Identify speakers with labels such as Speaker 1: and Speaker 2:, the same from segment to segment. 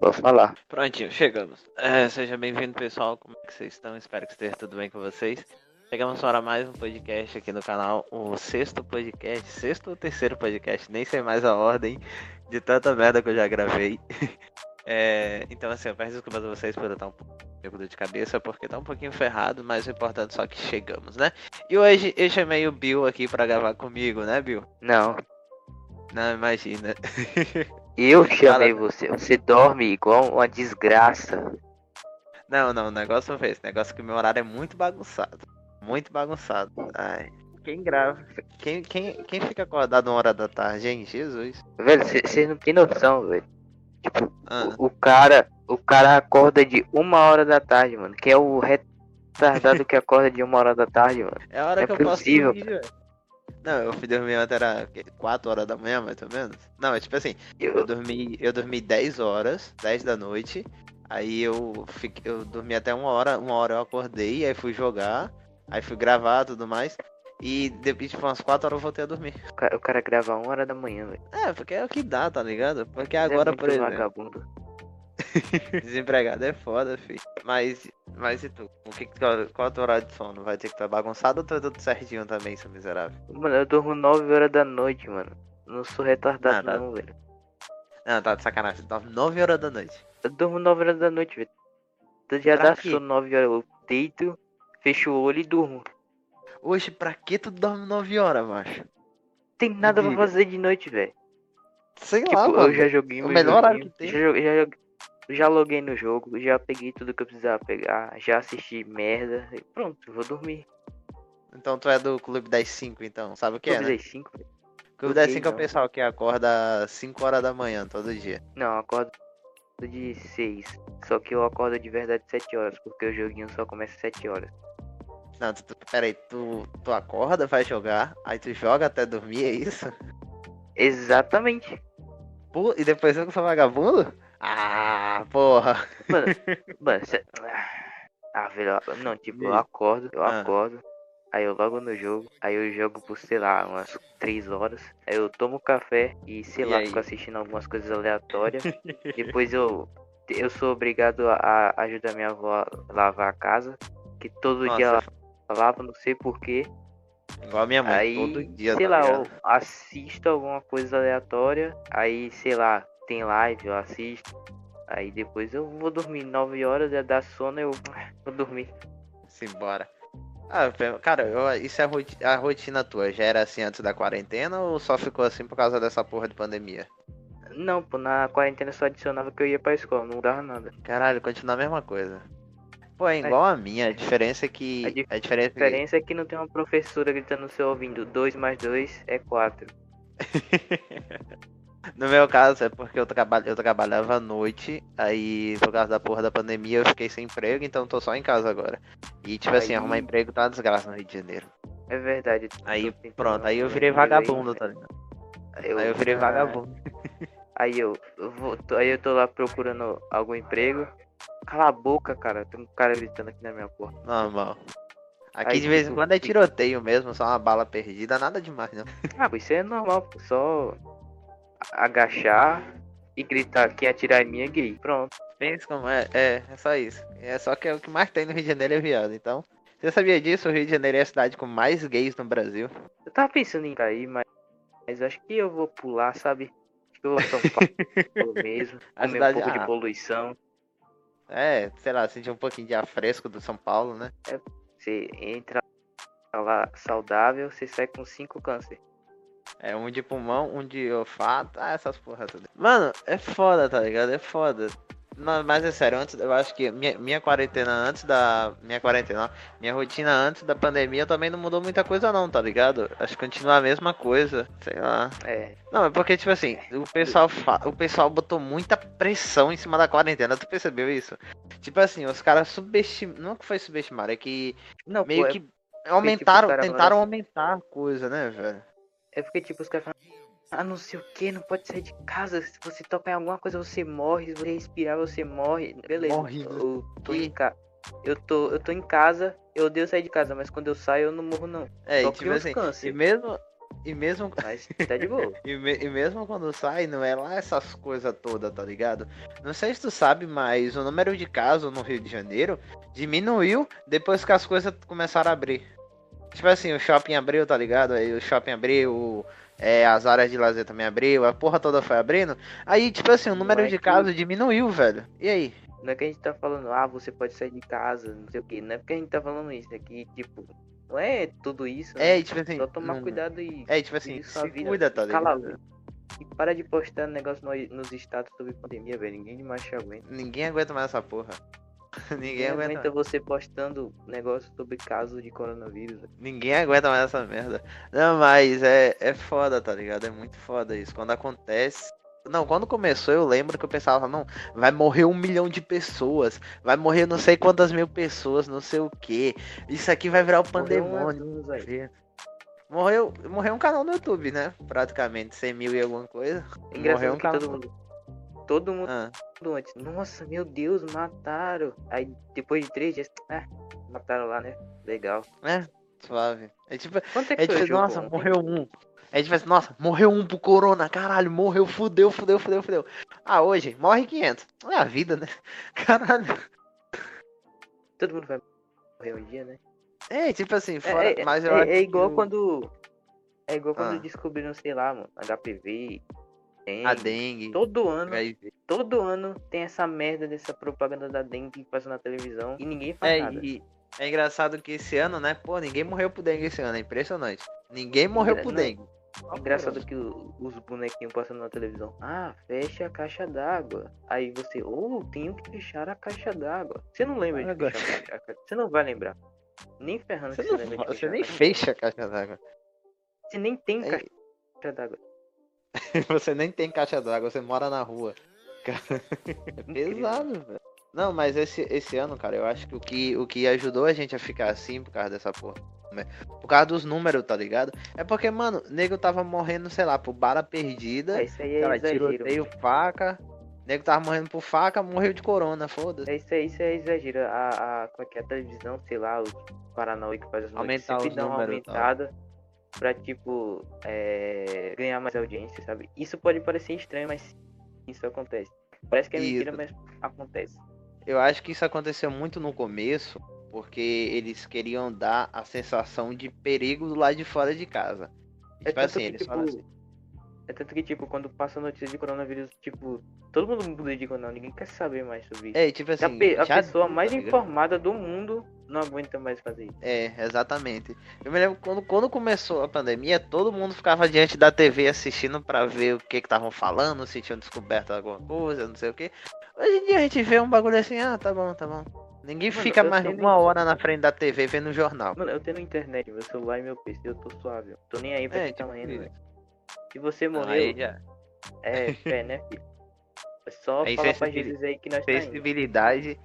Speaker 1: Vou falar.
Speaker 2: Prontinho, chegamos. É, seja bem-vindo, pessoal. Como é que vocês estão? Espero que esteja tudo bem com vocês. Chegamos para mais um podcast aqui no canal, o sexto podcast, sexto ou terceiro podcast, nem sei mais a ordem de tanta merda que eu já gravei. É, então, assim, eu peço desculpas a vocês por eu estar um pouco de cabeça, porque tá um pouquinho ferrado, mas o importante é só que chegamos, né? E hoje eu chamei o Bill aqui para gravar comigo, né, Bill?
Speaker 1: Não,
Speaker 2: Não, imagina.
Speaker 1: eu chamei
Speaker 2: Fala.
Speaker 1: você. Você dorme igual uma desgraça.
Speaker 2: Não, não, o negócio não foi esse. O negócio é que meu horário é muito bagunçado. Muito bagunçado. Ai. Quem grava? Quem, quem, quem fica acordado uma hora da tarde, hein? Jesus.
Speaker 1: Velho, vocês não tem noção, velho.
Speaker 2: Ah,
Speaker 1: O, o cara, o cara acorda de uma hora da tarde, mano. Que é o retardado que acorda de uma hora da tarde, mano.
Speaker 2: é a hora
Speaker 1: é
Speaker 2: que eu
Speaker 1: possível,
Speaker 2: posso dormir, velho. Não, eu fui dormir ontem, era 4 horas da manhã, mais ou menos. Não, é tipo assim, eu
Speaker 1: Eu,
Speaker 2: dormi, eu dormi 10 horas, 10 da noite. Aí eu fiquei, eu dormi até uma hora, uma hora eu acordei, aí fui jogar, aí fui gravar tudo mais. E depois, tipo, umas 4 horas eu voltei a dormir.
Speaker 1: o, cara, o cara grava uma hora da manhã, velho.
Speaker 2: É, porque é o que dá, tá ligado? Porque
Speaker 1: Mas é
Speaker 2: agora,
Speaker 1: muito
Speaker 2: por exemplo,
Speaker 1: vagabundo.
Speaker 2: desempregado é foda, filho. Mas, mas e tu? O que, que- qual, qual é o teu horário de sono? Vai ter que estar bagunçado ou tá tudo certinho também, seu miserável?
Speaker 1: Mano, eu durmo nove horas da noite, mano. Não sou retardado,
Speaker 2: Nada.
Speaker 1: não, velho.
Speaker 2: Não, tá de sacanagem. Tá 9 horas da noite.
Speaker 1: Eu durmo nove horas da noite, velho. Tu já
Speaker 2: Pra
Speaker 1: dá
Speaker 2: quê?
Speaker 1: sono 9 horas. Eu deito, fecho o olho e durmo.
Speaker 2: Hoje, pra que tu dorme 9 horas, macho?
Speaker 1: Tem nada pra
Speaker 2: Diga.
Speaker 1: fazer de noite, velho.
Speaker 2: Uhum. Sei
Speaker 1: Tipo,
Speaker 2: lá,
Speaker 1: eu
Speaker 2: mano. É
Speaker 1: já joguei
Speaker 2: o
Speaker 1: meu
Speaker 2: melhor horário
Speaker 1: joguinho,
Speaker 2: que tem.
Speaker 1: Já, joguei- já, joguei- já loguei no jogo, já peguei tudo que eu precisava pegar, já assisti merda. E pronto, vou dormir.
Speaker 2: Então tu é do Clube das 5, então. Sabe o que é,
Speaker 1: Todas
Speaker 2: né?
Speaker 1: as cinco, velho.
Speaker 2: Clube das
Speaker 1: Clube
Speaker 2: 5 é o
Speaker 1: não.
Speaker 2: pessoal que acorda 5 horas da manhã, todo dia.
Speaker 1: Não, eu acordo de 6. Só que eu acordo de verdade 7 horas, porque o joguinho só começa 7 horas.
Speaker 2: Não, tu, tu, peraí, tu, tu acorda, vai jogar, aí tu joga até dormir, é isso?
Speaker 1: Exatamente.
Speaker 2: Pô, e depois eu que sou vagabundo? Ah, porra.
Speaker 1: Mano, mano, cê... Ah, velho, eu- não, tipo, eu
Speaker 2: Vê.
Speaker 1: acordo, eu
Speaker 2: Ah.
Speaker 1: acordo, aí eu logo no jogo, aí eu jogo por, sei lá, umas 3 horas, aí eu tomo café e, sei
Speaker 2: E
Speaker 1: lá,
Speaker 2: aí?
Speaker 1: fico assistindo algumas coisas aleatórias, depois eu, eu sou obrigado a, a ajudar minha avó a lavar a casa, que todo dia ela
Speaker 2: Nossa, é
Speaker 1: lava, não sei porquê,
Speaker 2: igual a minha mãe,
Speaker 1: aí,
Speaker 2: todo dia.
Speaker 1: sei
Speaker 2: tá
Speaker 1: lá,
Speaker 2: ligado?
Speaker 1: eu assisto alguma coisa aleatória, aí, sei lá, tem live, eu assisto. Aí depois eu vou dormir 9 horas, já dá sono, eu vou dormir.
Speaker 2: Simbora. Ah, pe- cara, eu- isso é a roti- a rotina tua. Já era assim antes da quarentena ou só ficou assim por causa dessa porra de pandemia?
Speaker 1: Não, pô, na quarentena só adicionava que eu ia pra escola, não dava nada.
Speaker 2: Caralho, continua a mesma coisa. Pô, é igual a minha, a diferença é que.
Speaker 1: A dif-
Speaker 2: A diferença
Speaker 1: A
Speaker 2: é que.
Speaker 1: diferença é que não tem uma professora gritando no seu ouvindo, 2 mais 2 é 4.
Speaker 2: No meu caso, é porque eu, traba... eu trabalhava à noite, aí por causa da porra da pandemia eu fiquei sem emprego, então tô só em casa agora. E tipo assim,
Speaker 1: Aí-
Speaker 2: arrumar emprego tá uma desgraça no Rio de Janeiro.
Speaker 1: É verdade. eu tô
Speaker 2: Aí
Speaker 1: tentando
Speaker 2: pronto, aí eu
Speaker 1: arrumar
Speaker 2: virei
Speaker 1: emprego aí,
Speaker 2: vagabundo, tá ligado?
Speaker 1: Eu,
Speaker 2: Aí eu é. virei
Speaker 1: ah,
Speaker 2: vagabundo.
Speaker 1: Aí eu, eu vou, tô- aí eu tô lá procurando algum emprego. Cala a boca, cara. Tem um cara gritando aqui na minha porta.
Speaker 2: Normal. Aqui
Speaker 1: Aí,
Speaker 2: de vez em
Speaker 1: tipo,
Speaker 2: quando é
Speaker 1: fica-
Speaker 2: tiroteio mesmo, só uma bala perdida, nada demais, não.
Speaker 1: Ah, pô, isso é normal, pô. só agachar e gritar quem atirar em mim é gay. Pronto.
Speaker 2: Pensa como é, é, é só isso. É só que é o que mais tem no Rio de Janeiro é viado, então. Você sabia disso? O Rio de Janeiro é a cidade com mais gays no Brasil.
Speaker 1: Eu tava pensando em cair, mas, mas acho que eu vou pular, sabe? Acho que eu vou um a São Paulo mesmo.
Speaker 2: A
Speaker 1: Comer um
Speaker 2: cidade-
Speaker 1: pouco de
Speaker 2: ah.
Speaker 1: poluição.
Speaker 2: É, sei lá, senti um pouquinho de afresco do São Paulo, né?
Speaker 1: Você entra lá saudável, você sai com cinco câncer.
Speaker 2: É, um de pulmão, um de olfato, ah, essas porra tudo. Mano, é foda, tá ligado? É foda. Não, mas é sério, antes, eu acho que minha, minha quarentena antes da. Minha quarentena, ó, minha rotina antes da pandemia também não mudou muita coisa, não, tá ligado? Acho que continua a mesma coisa, sei lá.
Speaker 1: É,
Speaker 2: Não, é porque, tipo assim, o pessoal, fa- o pessoal botou muita pressão em cima da quarentena, tu percebeu isso? Tipo assim, os caras subestimaram. Não que foi subestimar, é que
Speaker 1: não,
Speaker 2: meio
Speaker 1: pô, é-
Speaker 2: que aumentaram,
Speaker 1: cara
Speaker 2: tentaram
Speaker 1: agora-
Speaker 2: aumentar a coisa, né, velho?
Speaker 1: é porque tipo os caras falam, ah, não sei o que, não pode sair de casa. Se você tocar em alguma coisa, você morre. Se você respirar, você morre. Beleza.
Speaker 2: Morre, né?
Speaker 1: Eu tô
Speaker 2: E-
Speaker 1: em ca... eu, tô, eu tô em casa, eu odeio sair de casa, mas quando eu saio eu não morro não.
Speaker 2: É,
Speaker 1: Só
Speaker 2: e
Speaker 1: que
Speaker 2: tipo
Speaker 1: uns
Speaker 2: assim, e
Speaker 1: câncer.
Speaker 2: mesmo, E mesmo,
Speaker 1: Mas tá de boa.
Speaker 2: e, me- e mesmo quando sai, não é lá essas coisas todas, tá ligado? Não sei se tu sabe, mas o número de casos no Rio de Janeiro diminuiu depois que as coisas começaram a abrir. Tipo assim, o shopping abriu, tá ligado? Aí o shopping abriu, é, as áreas de lazer também abriu, a porra toda foi abrindo. Aí, tipo assim, o número
Speaker 1: Mas é
Speaker 2: de
Speaker 1: tu-
Speaker 2: casos diminuiu, velho. E aí?
Speaker 1: Não é que a gente tá falando, ah, você pode sair de casa, não sei o quê. Não é porque a gente tá falando isso aqui, tipo, não é tudo isso. né?
Speaker 2: É, e tipo assim.
Speaker 1: Só tomar
Speaker 2: não-
Speaker 1: cuidado e
Speaker 2: É, tipo assim,
Speaker 1: Isso, a
Speaker 2: se
Speaker 1: vida.
Speaker 2: cuida, tá
Speaker 1: cala a
Speaker 2: ligado?
Speaker 1: boca. E para de postar negócio no- nos status sobre pandemia, velho. Ninguém mais te aguenta.
Speaker 2: Ninguém aguenta mais essa porra. Ninguém
Speaker 1: Ninguém
Speaker 2: aguenta.
Speaker 1: aguenta É você postando negócio sobre casos de coronavírus. velho.
Speaker 2: Ninguém aguenta mais essa merda. Não, mas é, é foda, tá ligado? É muito foda isso. Quando acontece. Não, quando começou eu lembro que eu pensava, não, vai morrer um milhão de pessoas, vai morrer não sei quantas mil pessoas, não sei o que. Isso aqui vai virar o
Speaker 1: Morreu um
Speaker 2: pandemônio.
Speaker 1: aviso aí.
Speaker 2: Morreu, morreu um canal no YouTube, né? Praticamente, 100 mil e alguma coisa.
Speaker 1: Engraçado
Speaker 2: Morreu um
Speaker 1: que todo
Speaker 2: cara.
Speaker 1: mundo. Todo mundo
Speaker 2: Ah,
Speaker 1: antes. Nossa, meu Deus, mataram. Aí depois de três dias. Ah, mataram lá, né? Legal.
Speaker 2: suave. É tipo,
Speaker 1: Quanto é que
Speaker 2: É
Speaker 1: foi o
Speaker 2: tipo,
Speaker 1: jogo
Speaker 2: nossa,
Speaker 1: ontem?
Speaker 2: morreu um. É tipo assim, nossa, morreu um pro corona, caralho, morreu, fudeu, fudeu, fudeu, fudeu. Ah, hoje, morre 500. É a vida, né? Caralho.
Speaker 1: Todo mundo vai morrer um dia, né?
Speaker 2: É, tipo assim,
Speaker 1: É,
Speaker 2: fora,
Speaker 1: é-
Speaker 2: mas eu
Speaker 1: é-
Speaker 2: acho
Speaker 1: é igual
Speaker 2: que o
Speaker 1: quando. É igual quando
Speaker 2: Ah.
Speaker 1: descobriram, sei lá, mano, HPV. Tem.
Speaker 2: a dengue, É.
Speaker 1: Todo ano,
Speaker 2: HIV.
Speaker 1: todo ano tem essa merda dessa propaganda da dengue que passa na televisão e ninguém faz
Speaker 2: É,
Speaker 1: nada.
Speaker 2: e é engraçado que esse ano, né, pô, ninguém morreu pro dengue esse ano, é impressionante. Ninguém morreu
Speaker 1: Engra-
Speaker 2: pro
Speaker 1: não.
Speaker 2: dengue. Só um
Speaker 1: Engraçado
Speaker 2: corona.
Speaker 1: que o- os bonequinhos passando na televisão. Ah, fecha a caixa d'água. Aí você, ou tenho que fechar a caixa d'água. Você não lembra de
Speaker 2: Agora-
Speaker 1: fechar a caixa d'água. Você não vai lembrar. Nem ferrando
Speaker 2: Você,
Speaker 1: que
Speaker 2: não,
Speaker 1: lembra de
Speaker 2: você
Speaker 1: fechar
Speaker 2: nem
Speaker 1: a caixa
Speaker 2: fecha a caixa d'água.
Speaker 1: d'água. Você nem tem
Speaker 2: É-
Speaker 1: caixa d'água.
Speaker 2: Você nem tem caixa d'água, você mora na rua. Cara, é
Speaker 1: Incrível.
Speaker 2: pesado, velho. Não, mas esse, esse ano, cara, eu acho que o, que o que ajudou a gente a ficar assim por causa dessa porra. né? Por causa dos números, tá ligado? É porque, mano, nego tava morrendo, sei lá, por bala perdida.
Speaker 1: Ah, isso aí é
Speaker 2: cara,
Speaker 1: exagero.
Speaker 2: tiroteio, faca. Nego tava morrendo por faca, morreu de corona, foda-se.
Speaker 1: É isso aí, isso é exagero. A, a, como é que é? a televisão, sei lá, os Paranauê que faz as notícias
Speaker 2: Aumentar
Speaker 1: sempre
Speaker 2: os
Speaker 1: dá uma
Speaker 2: números tá. e tal.
Speaker 1: aumentada pra, tipo, é, ganhar mais audiência, sabe? Isso pode parecer estranho, mas isso acontece. Parece que é mentira, mas
Speaker 2: Isso.
Speaker 1: acontece.
Speaker 2: Eu acho que isso aconteceu muito no começo, porque eles queriam dar a sensação de perigo do lado de fora de casa.
Speaker 1: É
Speaker 2: Tipo
Speaker 1: tanto
Speaker 2: assim,
Speaker 1: que,
Speaker 2: eles
Speaker 1: tipo,
Speaker 2: falam assim.
Speaker 1: É tanto que, tipo, quando passa notícia de coronavírus, tipo, todo mundo muda de canal, ninguém quer saber mais sobre isso.
Speaker 2: É, tipo
Speaker 1: a,
Speaker 2: assim.
Speaker 1: pe- a
Speaker 2: já
Speaker 1: pessoa
Speaker 2: deu,
Speaker 1: mais
Speaker 2: tá ligado?
Speaker 1: informada do mundo não aguenta mais fazer isso.
Speaker 2: É, exatamente. Eu me lembro quando, quando começou a pandemia, todo mundo ficava diante da TV assistindo pra ver o que que estavam falando, se tinham descoberto alguma coisa, não sei o que. Hoje em dia a gente vê um bagulho assim, ah, tá bom, tá bom. Ninguém
Speaker 1: Mano,
Speaker 2: fica
Speaker 1: eu
Speaker 2: mais
Speaker 1: tenho um-
Speaker 2: uma
Speaker 1: nem-
Speaker 2: hora na frente da TV vendo o jornal.
Speaker 1: Mano, eu tenho internet, meu celular e meu PC, eu tô suave. eu Tô nem aí pra
Speaker 2: É,
Speaker 1: quem tá
Speaker 2: tipo
Speaker 1: morrendo,
Speaker 2: isso.
Speaker 1: velho. Se você morreu,
Speaker 2: Aí já,
Speaker 1: é fé, né, filho? É só
Speaker 2: É
Speaker 1: falar pra
Speaker 2: insensibili-
Speaker 1: Jesus aí que nós tá indo.
Speaker 2: sensibilidade,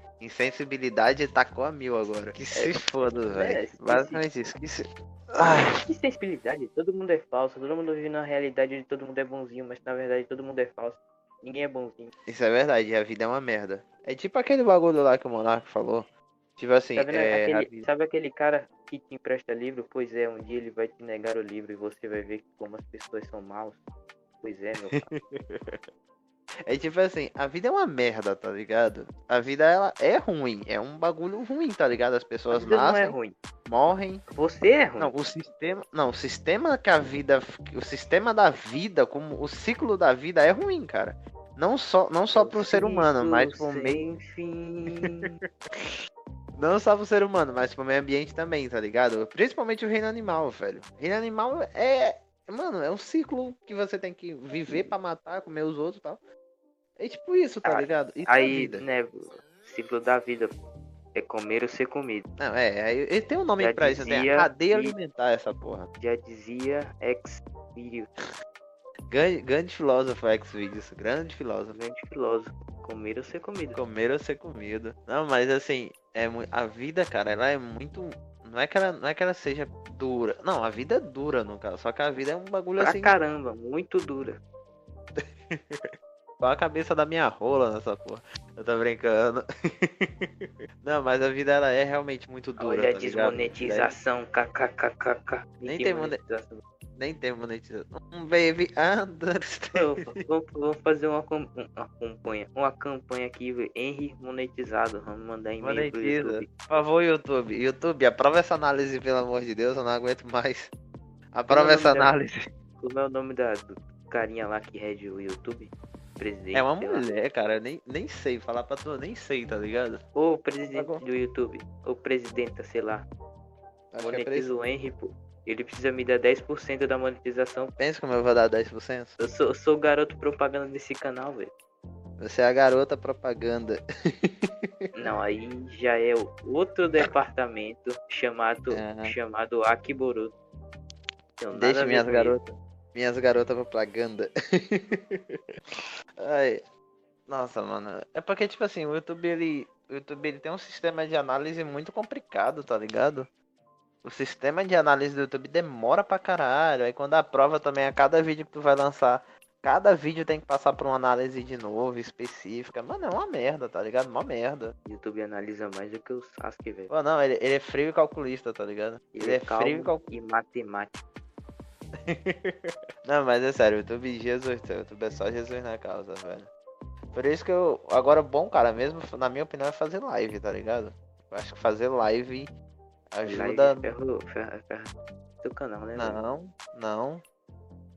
Speaker 2: insensibilidade tacou a mil agora. Que se foda, velho.
Speaker 1: é, se- Ah,
Speaker 2: Basicamente isso. Que se... Ai,
Speaker 1: Que sensibilidade? Todo mundo é falso, todo mundo vive na realidade onde todo mundo é bonzinho, mas na verdade todo mundo é falso. Ninguém é bonzinho.
Speaker 2: isso é verdade, a vida é uma merda. É tipo aquele bagulho lá que o Monark falou. Tipo assim,
Speaker 1: Tá vendo
Speaker 2: é, a
Speaker 1: aquele-
Speaker 2: vida-
Speaker 1: sabe aquele cara que te empresta livro? Pois é, um dia ele vai te negar o livro e você vai ver como as pessoas são maus. Pois é, meu cara.
Speaker 2: É tipo assim, a vida é uma merda, tá ligado? A vida ela é ruim, é um bagulho ruim, tá ligado? As
Speaker 1: A
Speaker 2: pessoas
Speaker 1: vida não é
Speaker 2: nascem,
Speaker 1: ruim.
Speaker 2: morrem.
Speaker 1: Você é ruim.
Speaker 2: Não, o sistema, não, o sistema que a vida, o sistema da vida, como o ciclo da vida é ruim, cara. Não só, não só pro ser humano, mas pro meio,
Speaker 1: Enfim.
Speaker 2: não só pro ser humano, mas pro meio ambiente também, tá ligado? Principalmente o reino animal, velho. Reino animal é, mano, é um ciclo que você tem que viver pra matar, comer os outros, e tal. É tipo isso, tá
Speaker 1: Ah,
Speaker 2: ligado? Isso é a
Speaker 1: Aí,
Speaker 2: vida.
Speaker 1: né, ciclo da vida é comer ou ser comido.
Speaker 2: Não, é, aí ele tem um nome
Speaker 1: Já
Speaker 2: pra isso, né?
Speaker 1: dizia
Speaker 2: Cadeia
Speaker 1: que-
Speaker 2: alimentar essa porra.
Speaker 1: Já dizia ex-filho,
Speaker 2: Grande, grande filósofo Xvideos, grande filósofo.
Speaker 1: grande filósofo, comer ou ser comido.
Speaker 2: Comer ou ser comido. Não, mas assim, é mu- a vida, cara, ela é muito. Não é, que ela, não é que ela seja dura. Não, a vida é dura, no caso. Só que a vida é um bagulho
Speaker 1: Pra
Speaker 2: assim,
Speaker 1: caramba, muito dura.
Speaker 2: igual a cabeça da minha rola nessa porra. Eu tô brincando. não, mas a vida ela é realmente muito dura.
Speaker 1: Olha a
Speaker 2: tá ligado?
Speaker 1: desmonetização, kkkk.
Speaker 2: Nem tem mone- Nem tem monetização. Um baby understand.
Speaker 1: Eu vou, vou fazer uma, cam- uma campanha. Uma campanha aqui, velho. Henry monetizado. Vamos mandar e-mail pro
Speaker 2: Monetiza.
Speaker 1: YouTube.
Speaker 2: Por favor, YouTube. YouTube, aprova essa análise, pelo amor de Deus. Eu não aguento mais.
Speaker 1: é
Speaker 2: Aprova essa
Speaker 1: Não, não.
Speaker 2: análise.
Speaker 1: Como é o nome da, do carinha lá que rege o YouTube? Presidente.
Speaker 2: É uma
Speaker 1: sei lá.
Speaker 2: mulher, cara. Eu nem, nem sei falar pra tu. eu Nem sei, tá ligado?
Speaker 1: Ou o presidente
Speaker 2: Agora.
Speaker 1: do YouTube. Ou presidenta, sei lá.
Speaker 2: Acho que é pra
Speaker 1: Monetiza
Speaker 2: isso.
Speaker 1: o Henry, pô. Ele precisa me dar 10% da monetização.
Speaker 2: Pensa como eu vou dar 10%.
Speaker 1: Eu sou, eu sou o garoto propaganda desse canal, velho.
Speaker 2: Você é a garota propaganda.
Speaker 1: Não, aí já é o- outro departamento chamado,
Speaker 2: Aham.
Speaker 1: chamado Akiboruto. Tem nada a
Speaker 2: Deixa
Speaker 1: ver
Speaker 2: minhas
Speaker 1: com isso.
Speaker 2: garotas. Minhas garotas propaganda. Ai. Nossa, mano. É porque, tipo assim, o YouTube, ele. O YouTube ele tem um sistema de análise muito complicado, tá ligado? O sistema de análise do YouTube demora pra caralho. Aí quando aprova também, a cada vídeo que tu vai lançar, cada vídeo tem que passar por uma análise de novo, específica. Mano, é uma merda, tá ligado? Uma merda.
Speaker 1: O YouTube analisa mais do que o Sasuke, velho.
Speaker 2: Pô, não, ele, ele é frio e calculista, tá ligado? Ele, é frio e
Speaker 1: calmo
Speaker 2: calculista.
Speaker 1: e matemático.
Speaker 2: Não, mas é sério, o YouTube Jesus, o YouTube é só Jesus na causa, velho. Por isso que eu. Agora, bom, cara, mesmo na minha opinião, é fazer live, tá ligado? Eu acho que fazer live ajuda.
Speaker 1: Live ferrou, ferra, ferra. Teu canal, né? velho?
Speaker 2: Não, não.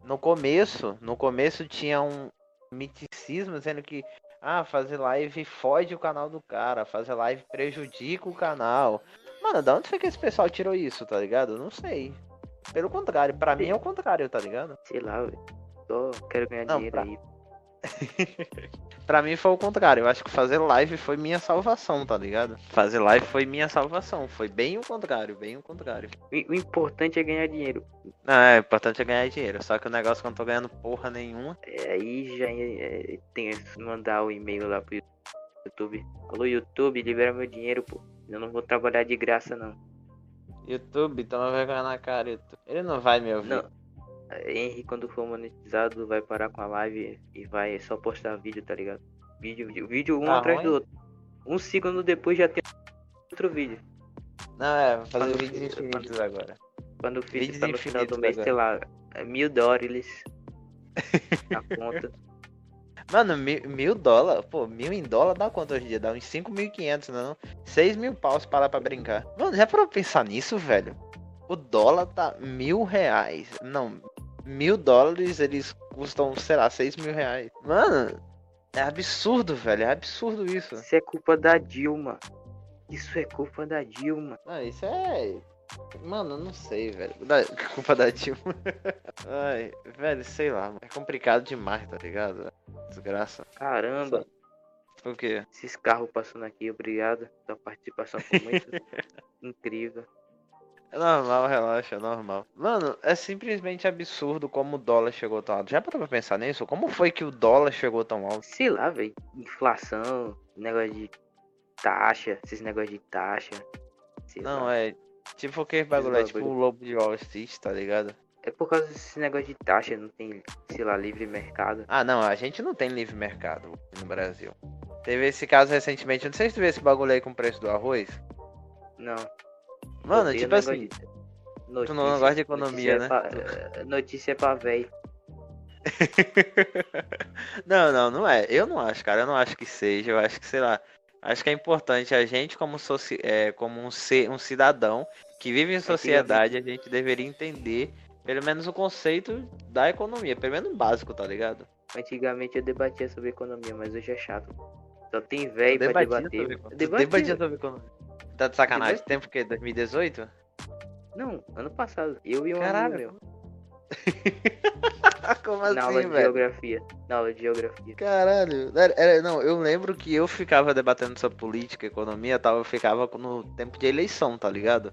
Speaker 2: No começo, no começo tinha um miticismo dizendo que, ah, fazer live fode o canal do cara, fazer live prejudica o canal. Mano, da onde foi que esse pessoal tirou isso, tá ligado? Eu Não sei. Pelo contrário, pra mim é o contrário, tá ligado?
Speaker 1: Sei lá, velho. Só quero ganhar
Speaker 2: Não,
Speaker 1: dinheiro
Speaker 2: pra-
Speaker 1: aí.
Speaker 2: Pra mim foi o contrário. Eu acho que fazer live foi minha salvação, tá ligado? Fazer live foi minha salvação. Foi bem o contrário, bem o contrário.
Speaker 1: O, o importante é ganhar dinheiro.
Speaker 2: Não, é, o importante é ganhar dinheiro. Só que o negócio que eu não tô ganhando porra nenhuma.
Speaker 1: É, Aí já é, é, tem que mandar o e-mail lá pro YouTube. Alô, YouTube, libera meu dinheiro, pô. Eu não vou trabalhar de graça, não.
Speaker 2: YouTube, toma vergonha na cara, YouTube. Ele não vai me ouvir.
Speaker 1: Não. Henry, quando for monetizado, vai parar com a live e vai só postar vídeo, tá ligado? Vídeo, vídeo, vídeo um
Speaker 2: Tá
Speaker 1: atrás
Speaker 2: ruim?
Speaker 1: do outro. Um segundo depois já tem outro vídeo.
Speaker 2: Não, é, vou fazer
Speaker 1: Quando-
Speaker 2: vídeos infinitos agora.
Speaker 1: Quando o filho
Speaker 2: Vídeos
Speaker 1: tá no final do
Speaker 2: infinitos
Speaker 1: mês, sei lá, é mil dólares. na conta.
Speaker 2: Mano, mil, mil dólar, pô, mil em dólar dá quanto hoje em dia? Dá uns 5.500, não? 6 mil paus para lá pra brincar. Mano, já parou pra pensar nisso, velho? O dólar tá mil reais. Não, mil dólares eles custam, sei lá, 6 mil reais. Mano, é absurdo, velho, é absurdo isso.
Speaker 1: Isso é culpa da Dilma. Isso é culpa da Dilma.
Speaker 2: Não, isso é. Mano, eu não sei, velho. Da... Culpa da Dilma. Ai, velho, sei lá. mano. É complicado demais, tá ligado? Desgraça.
Speaker 1: Caramba.
Speaker 2: O quê?
Speaker 1: esses carros passando aqui, obrigado. Sua participação foi muito incrível.
Speaker 2: É normal, relaxa, é normal. Mano, é simplesmente absurdo como o dólar chegou tão alto. Já parou pra pensar nisso? Como foi que o dólar chegou tão alto?
Speaker 1: Sei lá, velho. Inflação, negócio de taxa, esses negócios de taxa. sei
Speaker 2: Não,
Speaker 1: lá.
Speaker 2: é. Tipo que bagulho, é tipo o lobo de Wall Street, tá ligado?
Speaker 1: É por causa desse negócio de taxa, não tem, sei lá, livre mercado.
Speaker 2: Ah, não, a gente não tem livre mercado no Brasil. Teve esse caso recentemente, eu não sei se tu viu esse bagulho aí com o preço do arroz.
Speaker 1: Não.
Speaker 2: Mano,
Speaker 1: odeio
Speaker 2: tipo
Speaker 1: negócio
Speaker 2: assim,
Speaker 1: de-
Speaker 2: tu não gosta de economia,
Speaker 1: notícia
Speaker 2: né?
Speaker 1: É pra, notícia é pra véi.
Speaker 2: Não, não, não é. Eu não acho, cara. Eu não acho que seja. Eu acho que, sei lá. Acho que é importante a gente, como, soci... é, como um, ci- um cidadão É que vive em sociedade, a gente deveria entender pelo menos o conceito da economia, pelo menos o básico, tá ligado?
Speaker 1: Antigamente eu debatia sobre economia, mas hoje é chato. Só tem véi pra
Speaker 2: Debatia
Speaker 1: debater.
Speaker 2: sobre economia.
Speaker 1: Debatia.
Speaker 2: Debatia sobre economia. Tá de sacanagem?
Speaker 1: Debatia.
Speaker 2: Tempo que? 2018?
Speaker 1: Não, ano passado. Eu e um
Speaker 2: Caralho.
Speaker 1: amigo meu.
Speaker 2: Como
Speaker 1: na aula
Speaker 2: assim,
Speaker 1: de
Speaker 2: velho?
Speaker 1: geografia. Na aula de geografia.
Speaker 2: Caralho, Era- era- não, eu lembro que eu ficava debatendo sobre política, economia e tal, eu ficava no tempo de eleição, tá ligado?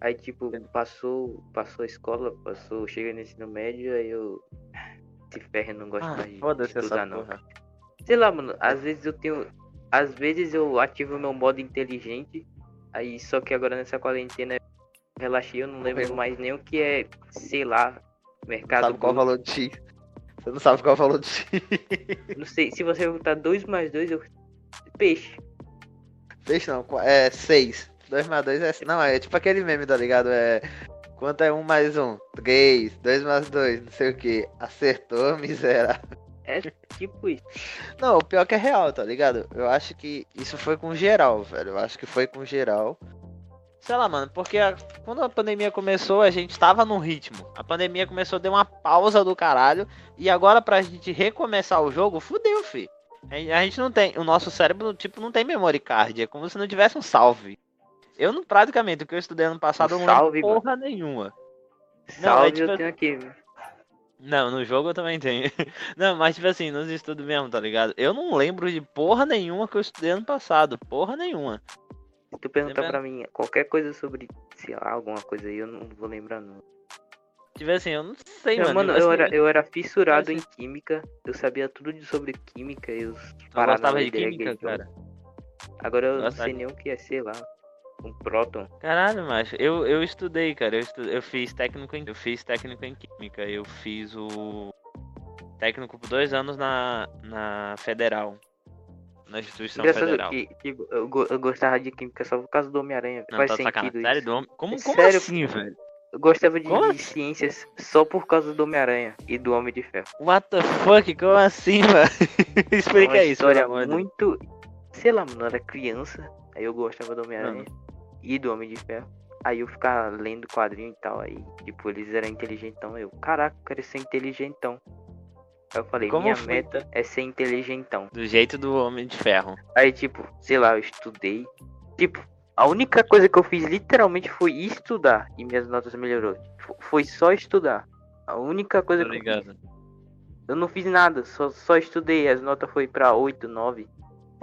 Speaker 1: Aí, tipo,
Speaker 2: É.
Speaker 1: passou, passou a escola, passou, chega no ensino médio, aí eu. Se ferro, não gosto
Speaker 2: Ah,
Speaker 1: mais de
Speaker 2: foda-se
Speaker 1: estudar,
Speaker 2: essa
Speaker 1: não.
Speaker 2: porra.
Speaker 1: Sei lá, mano, às vezes eu tenho. Às vezes eu ativo meu modo inteligente, aí só que agora nessa quarentena eu relaxei, eu não lembro
Speaker 2: Morreu.
Speaker 1: mais nem o que é, sei lá, mercado.
Speaker 2: sabe qual é o
Speaker 1: Blue.
Speaker 2: valor do X. Você não sabe qual o valor do X.
Speaker 1: Não sei, se você botar 2 mais 2, eu. Peixe.
Speaker 2: Peixe não, qu- é 6. 2 mais 2 é. Não, é tipo aquele meme, tá ligado? É. Quanto é um mais um? Três, dois mais dois, não sei o que. Acertou, miserável.
Speaker 1: É tipo isso.
Speaker 2: Não, o pior que é real, tá ligado? Eu acho que isso foi com geral, velho. Eu acho que foi com geral. Sei lá, mano, porque a- quando a pandemia começou, a gente tava num ritmo. A pandemia começou, deu uma pausa do caralho. E agora pra gente recomeçar o jogo, fudeu, fi. A gen- A gente não tem. O nosso cérebro, tipo, não tem memory card. É como se não tivesse um salve. Eu, não, praticamente, o que eu estudei ano passado,
Speaker 1: Um
Speaker 2: eu não
Speaker 1: salve,
Speaker 2: lembro porra nenhuma.
Speaker 1: Salve,
Speaker 2: é tipo-
Speaker 1: eu tenho aqui.
Speaker 2: Não, no jogo eu também tenho. Não, mas tipo assim, nos estudos mesmo, tá ligado? Eu não lembro de porra nenhuma que eu estudei ano passado. Porra nenhuma.
Speaker 1: Se tu perguntar pra
Speaker 2: Lembrando-
Speaker 1: mim qualquer coisa sobre, sei lá, alguma coisa aí, eu não vou lembrar não.
Speaker 2: Tipo assim, eu não sei,
Speaker 1: Eu,
Speaker 2: mano.
Speaker 1: mano,
Speaker 2: tipo
Speaker 1: eu
Speaker 2: assim,
Speaker 1: era, eu era fissurado
Speaker 2: Parece-
Speaker 1: em química, eu sabia tudo de- sobre química e os
Speaker 2: Então eu gostava de
Speaker 1: paranoia então. dele,
Speaker 2: química,
Speaker 1: aquele
Speaker 2: cara.
Speaker 1: Agora eu não
Speaker 2: Gostava
Speaker 1: sei
Speaker 2: de-
Speaker 1: nem o que é, sei lá. Um próton.
Speaker 2: Caralho, macho. Eu, eu estudei, cara. Eu, estu... eu fiz técnico em... Eu fiz técnico em química. Eu fiz o... Técnico por dois anos na, na Federal. Na instituição
Speaker 1: Engraçado
Speaker 2: federal.
Speaker 1: que, que eu, go- eu gostava de química só por causa do Homem-Aranha.
Speaker 2: Não,
Speaker 1: Faz
Speaker 2: tá de
Speaker 1: sentido
Speaker 2: sacanagem.
Speaker 1: isso. É
Speaker 2: Sério, do homem- Como, como
Speaker 1: Sério?
Speaker 2: assim, velho?
Speaker 1: Eu gostava de,
Speaker 2: Como assim?
Speaker 1: de ciências só por causa do Homem-Aranha e do Homem de Ferro.
Speaker 2: What the fuck? Como assim, velho?
Speaker 1: É
Speaker 2: Explica
Speaker 1: uma
Speaker 2: isso,
Speaker 1: história
Speaker 2: pelo amor de Deus.
Speaker 1: muito. Sei lá, mano, eu era criança. Aí eu gostava do Homem-Aranha e do Homem de Ferro. Aí eu ficava lendo quadrinho e tal. Aí, tipo, eles eram inteligentão. Eu, caraca, eu quero ser inteligentão. Aí eu falei,
Speaker 2: Como
Speaker 1: minha
Speaker 2: foi?
Speaker 1: meta é ser inteligentão.
Speaker 2: Do jeito do Homem de Ferro.
Speaker 1: Aí, tipo, sei lá, eu estudei. Tipo, a única coisa que eu fiz literalmente foi estudar. E minhas notas melhorou. F- Foi só estudar. A única coisa que eu fiz.
Speaker 2: ligado?
Speaker 1: Eu não fiz nada, só, só estudei. As notas foi pra 8, 9,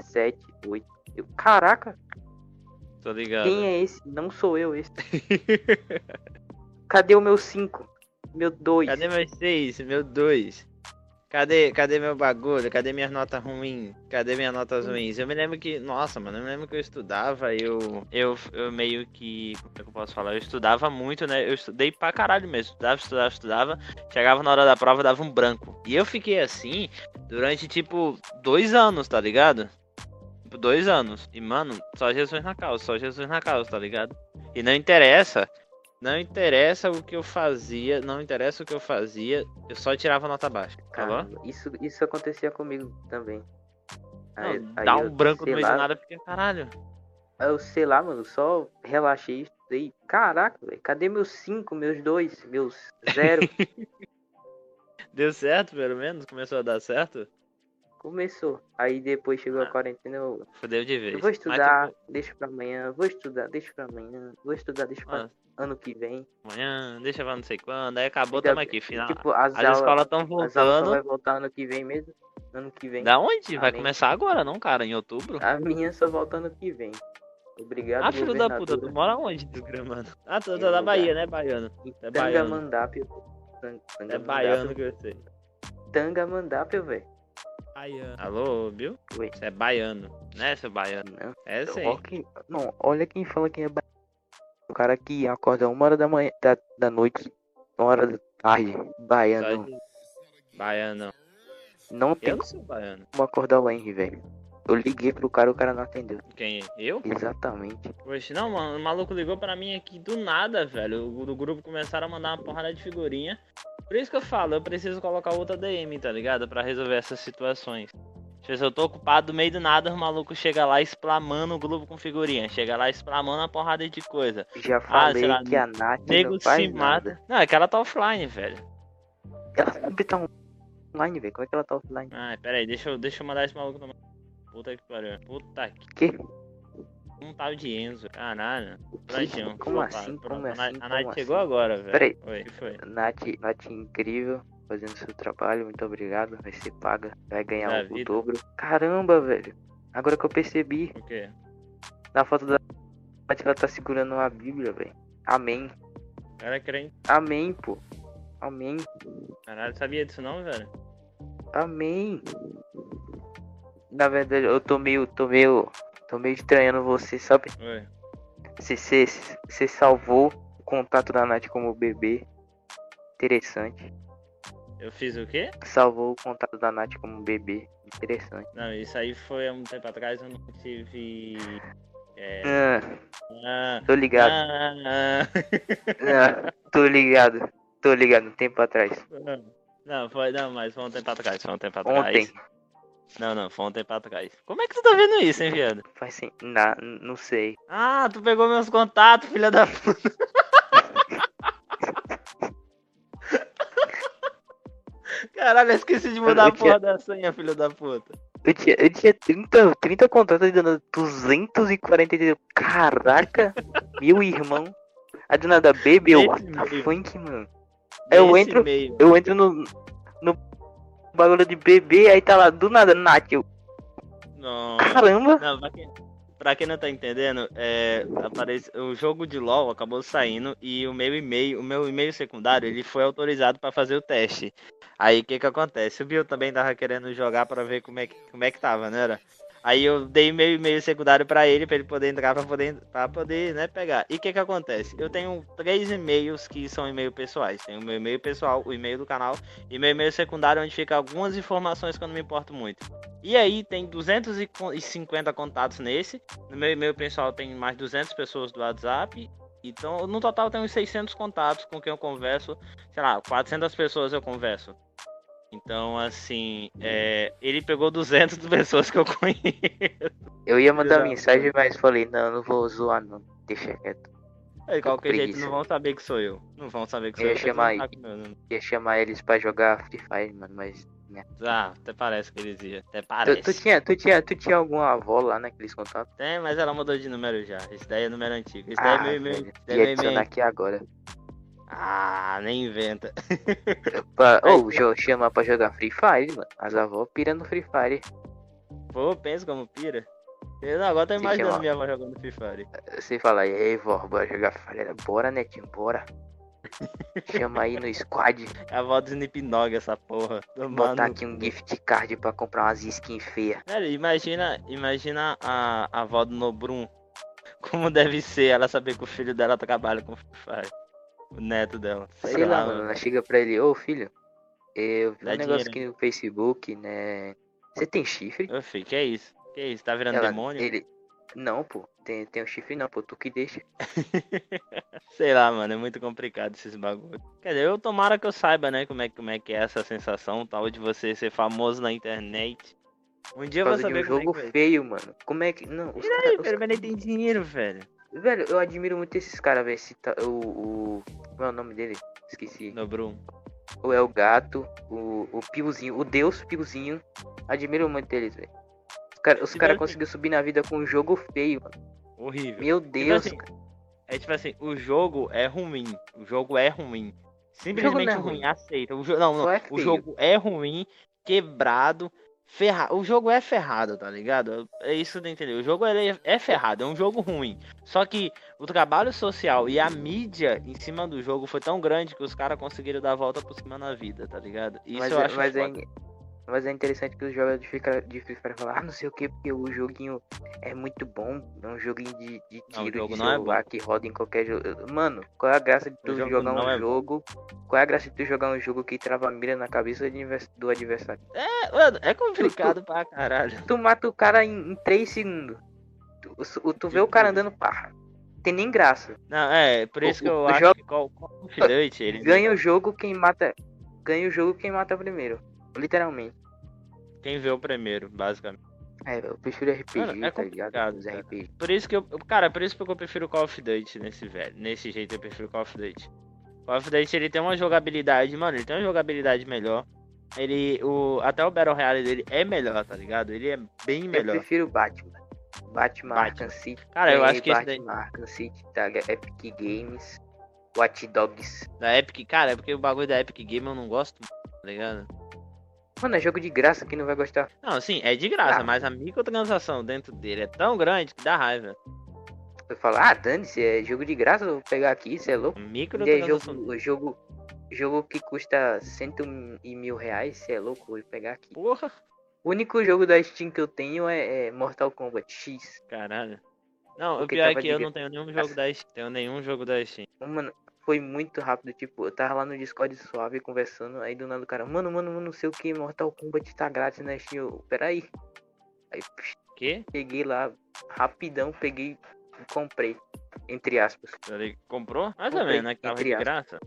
Speaker 1: 7, 8. Eu, caraca,
Speaker 2: Tô ligado.
Speaker 1: quem é esse? Não sou eu esse. Cadê o meu 5? Meu 2?
Speaker 2: Cadê meus seis? Meu dois? Cadê, cadê meu bagulho? Cadê minhas notas ruins? Cadê minhas notas ruins? Eu me lembro que. Nossa, mano, eu me lembro que eu estudava, eu. Eu, eu meio que. Como é que eu posso falar? Eu estudava muito, né? Eu estudei pra caralho mesmo. Estudava, estudava, estudava. Chegava na hora da prova, dava um branco. E eu fiquei assim durante, tipo, dois anos, tá ligado? Tipo, dois anos. E, mano, só Jesus na causa, só Jesus na causa, tá ligado? E não interessa não interessa o que eu fazia, não interessa o que eu fazia, eu só tirava nota baixa. Tá bom?
Speaker 1: Caramba, isso, isso acontecia comigo também. Aí-
Speaker 2: Não,
Speaker 1: aí
Speaker 2: dá
Speaker 1: eu,
Speaker 2: um branco no
Speaker 1: sei
Speaker 2: meio
Speaker 1: lá,
Speaker 2: do nada, porque caralho.
Speaker 1: Aí Eu sei lá, mano, só relaxei e estudei. Caraca, velho, cadê meus 5, meus 2, meus 0?
Speaker 2: Deu certo, pelo menos? Começou a dar certo?
Speaker 1: Começou. Aí depois chegou a
Speaker 2: Ah.
Speaker 1: quarentena, eu,
Speaker 2: Fudeu de vez.
Speaker 1: eu vou
Speaker 2: Mas, tipo,
Speaker 1: estudar, deixa pra amanhã, vou estudar, deixa pra amanhã, vou estudar, deixa pra
Speaker 2: ah,
Speaker 1: ano que vem.
Speaker 2: tipo, amanhã, deixa pra não sei quando, aí acabou,
Speaker 1: Ainda
Speaker 2: tamo
Speaker 1: bem,
Speaker 2: aqui, final.
Speaker 1: Tipo, as,
Speaker 2: As
Speaker 1: aulas,
Speaker 2: escolas estão
Speaker 1: as aulas só
Speaker 2: voltando.
Speaker 1: vai voltar ano que vem mesmo. Ano que vem.
Speaker 2: Da onde? Vai
Speaker 1: Amém.
Speaker 2: começar agora, não, cara? Em outubro?
Speaker 1: A minha só volta ano que vem. Obrigado,
Speaker 2: Ah, filho da puta,
Speaker 1: governadora.
Speaker 2: tu mora onde, desgramado? Ah, tu
Speaker 1: Em
Speaker 2: tu é da
Speaker 1: lugar.
Speaker 2: Bahia, né, baiano? É baiano.
Speaker 1: Tangamandápio. Tan-
Speaker 2: É
Speaker 1: Tangamandápio.
Speaker 2: baiano que eu sei.
Speaker 1: Tangamandápio, velho.
Speaker 2: Baiano. Alô, viu?
Speaker 1: Oi.
Speaker 2: Você é baiano, né, seu baiano?
Speaker 1: Não.
Speaker 2: É, sei.
Speaker 1: Ó quem- não, olha quem fala quem é ba- O cara que acorda uma hora da manhã, da, da noite, uma hora da tarde, baiano.
Speaker 2: Baiano. Baiano.
Speaker 1: Não tem
Speaker 2: Eu não sou baiano.
Speaker 1: como acordar o Henry, velho. Eu liguei pro cara, o cara não atendeu.
Speaker 2: Quem? Eu?
Speaker 1: Exatamente.
Speaker 2: Poxa, não, mano. O maluco ligou pra mim aqui do nada, velho. O do grupo começaram a mandar uma porrada de figurinha. Por isso que eu falo, eu preciso colocar outra DM, tá ligado? Pra resolver essas situações. Às vezes eu tô ocupado, do meio do nada, o maluco chega lá esplamando o grupo com figurinha. Chega lá esplamando uma porrada de coisa.
Speaker 1: Já
Speaker 2: Ah, sei
Speaker 1: falei
Speaker 2: lá,
Speaker 1: que a Nath
Speaker 2: Nego
Speaker 1: não faz
Speaker 2: se
Speaker 1: nada.
Speaker 2: mata. Não, é que ela tá offline, velho.
Speaker 1: Ela sempre tá online, velho. Como é que ela tá offline?
Speaker 2: Ai, peraí, deixa eu, deixa eu mandar esse maluco tomar. Puta que pariu. Puta que.
Speaker 1: Que?
Speaker 2: Um tal de Enzo. Caralho.
Speaker 1: O quê?
Speaker 2: Prontinho.
Speaker 1: Como
Speaker 2: opa,
Speaker 1: assim?
Speaker 2: pronto.
Speaker 1: Como
Speaker 2: a Na-
Speaker 1: assim?
Speaker 2: A
Speaker 1: Como
Speaker 2: Nath chegou agora, velho.
Speaker 1: Peraí.
Speaker 2: Oi, o que foi?
Speaker 1: Nath, Nath é incrível, fazendo seu trabalho, muito obrigado. Vai ser paga, vai ganhar
Speaker 2: Da
Speaker 1: o
Speaker 2: vida.
Speaker 1: dobro. Caramba, velho. Agora que eu percebi,
Speaker 2: O quê?
Speaker 1: na foto da Nath ela tá segurando uma Bíblia, velho. Amém.
Speaker 2: Era é crente.
Speaker 1: Amém, pô. Amém.
Speaker 2: Caralho, sabia disso não, velho?
Speaker 1: Amém. Na verdade, eu tô meio, tô meio, tô meio estranhando você, sabe?
Speaker 2: Oi.
Speaker 1: Você, você, você salvou o contato da Nath como bebê. Interessante.
Speaker 2: Eu fiz o quê?
Speaker 1: Salvou o contato da Nath como bebê. Interessante.
Speaker 2: Não, isso aí foi há um tempo atrás, eu não tive. É.
Speaker 1: Ah,
Speaker 2: Ah,
Speaker 1: tô ligado.
Speaker 2: ah, ah.
Speaker 1: Ah, Tô ligado. Tô ligado, um tempo atrás.
Speaker 2: ah. Não, foi, não, mas foi um tempo atrás, foi um tempo atrás.
Speaker 1: Ontem.
Speaker 2: Não, não, foi um tempo atrás. Como é que tu tá vendo isso, hein, viado?
Speaker 1: Faz assim, na, não sei.
Speaker 2: Ah, tu pegou meus contatos, filha da puta. Caralho, eu esqueci de mudar
Speaker 1: Eu
Speaker 2: a porra
Speaker 1: tinha-
Speaker 2: da senha, filha da puta.
Speaker 1: Eu tinha, eu tinha 30, 30 contratos e dando 242. Caraca! meu irmão. A do nada, baby, eu,
Speaker 2: Esse
Speaker 1: what the
Speaker 2: meio.
Speaker 1: funk, mano. Eu
Speaker 2: Esse
Speaker 1: entro-
Speaker 2: e-mail.
Speaker 1: Eu entro no, no bagulho de bebê, aí tá lá, do nada, Nath. Eu,
Speaker 2: Não.
Speaker 1: caramba!
Speaker 2: Não, pra quem, pra quem não tá entendendo, é, aparece, o jogo de LoL acabou saindo e o meu e-mail, o meu e-mail secundário, ele foi autorizado pra fazer o teste. Aí o que que acontece? O Bill também tava querendo jogar pra ver como é que, como é que tava, né? Era? Aí eu dei meu e-mail secundário pra ele, pra ele poder entrar, pra poder, pra poder né, pegar. E o que que acontece? Eu tenho três e-mails que são e-mail pessoais. Tem o meu e-mail pessoal, o e-mail do canal e meu e-mail secundário, onde fica algumas informações que eu não me importo muito. E aí tem 250 contatos nesse. No meu e-mail pessoal tem mais 200 pessoas do WhatsApp. Então, no total tem uns 600 contatos com quem eu converso. Sei lá, 400 pessoas eu converso. Então, assim, é, ele pegou 200 pessoas que eu conheço.
Speaker 1: Eu ia mandar
Speaker 2: Filho da
Speaker 1: mensagem, mas falei, não, não vou zoar, não. Deixa quieto.
Speaker 2: De qualquer jeito,
Speaker 1: preguiça.
Speaker 2: não vão saber que sou eu. Não vão saber que
Speaker 1: Eu
Speaker 2: sou eu.
Speaker 1: ia
Speaker 2: porque
Speaker 1: chamar
Speaker 2: tu não
Speaker 1: aí.
Speaker 2: tá com meu nome.
Speaker 1: Ia chamar eles pra jogar Free Fire, mano, mas.
Speaker 2: Ah, até parece que eles iam. Até
Speaker 1: Tu,
Speaker 2: parece.
Speaker 1: tu tinha, tu, tinha, tu tinha alguma avó lá né, naqueles contatos?
Speaker 2: Tem, mas ela mudou de número já. Esse daí é número antigo. Esse
Speaker 1: Ah,
Speaker 2: daí é meu e-mail.
Speaker 1: velho,
Speaker 2: esse
Speaker 1: ia
Speaker 2: daí é meu e-mail
Speaker 1: adicionar aqui agora.
Speaker 2: Ah, nem inventa.
Speaker 1: Pra,
Speaker 2: Aí-
Speaker 1: ou jo- chama pra jogar Free Fire, mano. As avó pira no Free Fire.
Speaker 2: Pô, pensa como pira. Eu não, agora tô
Speaker 1: Sim,
Speaker 2: imaginando
Speaker 1: chama.
Speaker 2: minha avó jogando Free Fire.
Speaker 1: Você fala, e aí, vó, bora jogar Free Fire. Ela, Bora, netinho, bora. chama aí no squad.
Speaker 2: É a avó do Snip Nog, essa porra. Tomar
Speaker 1: Botar
Speaker 2: no
Speaker 1: aqui um gift card pra comprar umas skins feias.
Speaker 2: Cara, imagina, imagina a, a avó do Nobrum. Como deve ser ela saber que o filho dela trabalha com Free Fire. O neto dela.
Speaker 1: Sei, lá, mano. Ela chega pra ele, ô filho, eu vi
Speaker 2: Dá
Speaker 1: um negócio
Speaker 2: dinheiro,
Speaker 1: aqui no Facebook, né? Você tem chifre?
Speaker 2: Ô filho, que é isso? Que é isso? Tá virando
Speaker 1: Ela-
Speaker 2: demônio?
Speaker 1: Ele. Não, pô, tem, tem um chifre não, pô, tu que deixa.
Speaker 2: Sei lá, mano, é muito complicado esses bagulhos. Quer dizer, eu tomara que eu saiba, né, como é, como é que é essa sensação tal de você ser famoso na internet. Um dia eu
Speaker 1: Por causa de
Speaker 2: vou saber
Speaker 1: um
Speaker 2: como
Speaker 1: jogo
Speaker 2: é que é.
Speaker 1: feio, mano. Como é que. Não, os
Speaker 2: Tira
Speaker 1: cara-
Speaker 2: aí,
Speaker 1: os
Speaker 2: velho, mas nem tem dinheiro, velho.
Speaker 1: Velho, eu admiro muito esses caras, velho. Esse ta- O, o. Como é o nome dele? Esqueci.
Speaker 2: No Brum.
Speaker 1: O El Gato, o, o Piozinho, o Deus Piozinho. Admiro muito eles, velho. Os caras os
Speaker 2: Se
Speaker 1: cara
Speaker 2: bem que-
Speaker 1: conseguiram subir na vida com um jogo feio, mano.
Speaker 2: Horrível.
Speaker 1: Meu Deus,
Speaker 2: assim,
Speaker 1: cara.
Speaker 2: É tipo assim, o jogo é ruim. O jogo é ruim. Simplesmente
Speaker 1: não é
Speaker 2: ruim.
Speaker 1: ruim.
Speaker 2: aceita. O jo- Não, não.
Speaker 1: Só é
Speaker 2: o
Speaker 1: feio.
Speaker 2: jogo é ruim, quebrado, ferrado. O jogo é ferrado, tá ligado? É isso de entender. O jogo ele é é ferrado, é um jogo ruim. Só que o trabalho social e a mídia em cima do jogo foi tão grande que os caras conseguiram dar a volta por cima na vida, tá ligado? Isso
Speaker 1: mas,
Speaker 2: eu
Speaker 1: é-
Speaker 2: acho
Speaker 1: mas, é,
Speaker 2: foda.
Speaker 1: mas é interessante que os jogadores de Free Fire- de Free Fire falam, ah, não sei o que, porque o joguinho é muito bom. É um joguinho de, de
Speaker 2: Não, o
Speaker 1: tiro
Speaker 2: jogo
Speaker 1: de
Speaker 2: não é
Speaker 1: celular que roda em qualquer jogo. Mano, qual é a graça de tu
Speaker 2: jogo
Speaker 1: jogar
Speaker 2: não
Speaker 1: um
Speaker 2: é bom.
Speaker 1: jogo? Qual é a graça de tu jogar um jogo que trava a mira na cabeça do advers- do adversário?
Speaker 2: É, mano, é complicado pra caralho.
Speaker 1: tu mata o cara em, em 3 segundos. Tu, o- tu vê o cara andando, pá. Tem nem graça.
Speaker 2: Não, é, por isso
Speaker 1: O-
Speaker 2: que eu
Speaker 1: o
Speaker 2: acho
Speaker 1: jogo-
Speaker 2: que Call Call of Duty, ele
Speaker 1: Ganha o jogo quem mata. Ganha o jogo quem mata primeiro. Literalmente.
Speaker 2: quem vê o primeiro, basicamente.
Speaker 1: É, eu prefiro RPG,
Speaker 2: Mano, é
Speaker 1: tá ligado?
Speaker 2: complicado,
Speaker 1: Os
Speaker 2: cara.
Speaker 1: RPG.
Speaker 2: Por isso que eu. Cara, por isso que eu prefiro Call of Duty nesse velho. Nesse jeito eu prefiro Call of Duty. Call of Duty ele tem uma jogabilidade, mano, ele tem uma jogabilidade melhor. Ele. O, até o Battle Royale dele é melhor, tá ligado? Ele é bem
Speaker 1: Eu
Speaker 2: melhor.
Speaker 1: prefiro Batman. Batman,
Speaker 2: Batman.
Speaker 1: Arkham City.
Speaker 2: Cara, eu
Speaker 1: ganhei
Speaker 2: acho que esse
Speaker 1: Batman,
Speaker 2: daí,
Speaker 1: Arkham City, tá? Epic Games. Watch Dogs.
Speaker 2: da Epic, cara, é porque o bagulho da Epic Game eu não gosto, tá ligado?
Speaker 1: Mano, é jogo de graça, quem não vai gostar?
Speaker 2: Não, sim, é de graça,
Speaker 1: Ah.
Speaker 2: mas a microtransação dentro dele é tão grande que dá raiva.
Speaker 1: Eu falo, ah, dane-se, é jogo de graça, eu vou pegar aqui, você é louco.
Speaker 2: A
Speaker 1: E é
Speaker 2: Microtransação.
Speaker 1: jogo, jogo, jogo que custa cento e mil reais, você é louco, vou pegar aqui.
Speaker 2: Porra,
Speaker 1: O único jogo da Steam que eu tenho é, é Mortal Kombat X.
Speaker 2: caralho. Não, o
Speaker 1: Porque
Speaker 2: pior é
Speaker 1: tava
Speaker 2: que eu
Speaker 1: de
Speaker 2: não tenho nenhum jogo da Steam. Tenho nenhum jogo da Steam.
Speaker 1: Mano, foi muito rápido. Tipo, eu tava lá no Discord suave conversando. Aí do nada o cara, mano, mano, mano, não sei o que, Mortal Kombat tá grátis na Steam. Eu, Peraí. Aí psh,
Speaker 2: Quê?
Speaker 1: cheguei lá, rapidão, peguei e comprei. Entre aspas.
Speaker 2: Ele comprou? Mais ou
Speaker 1: Comprei,
Speaker 2: menos, né? Que tava
Speaker 1: entre
Speaker 2: de
Speaker 1: aspas.
Speaker 2: graça.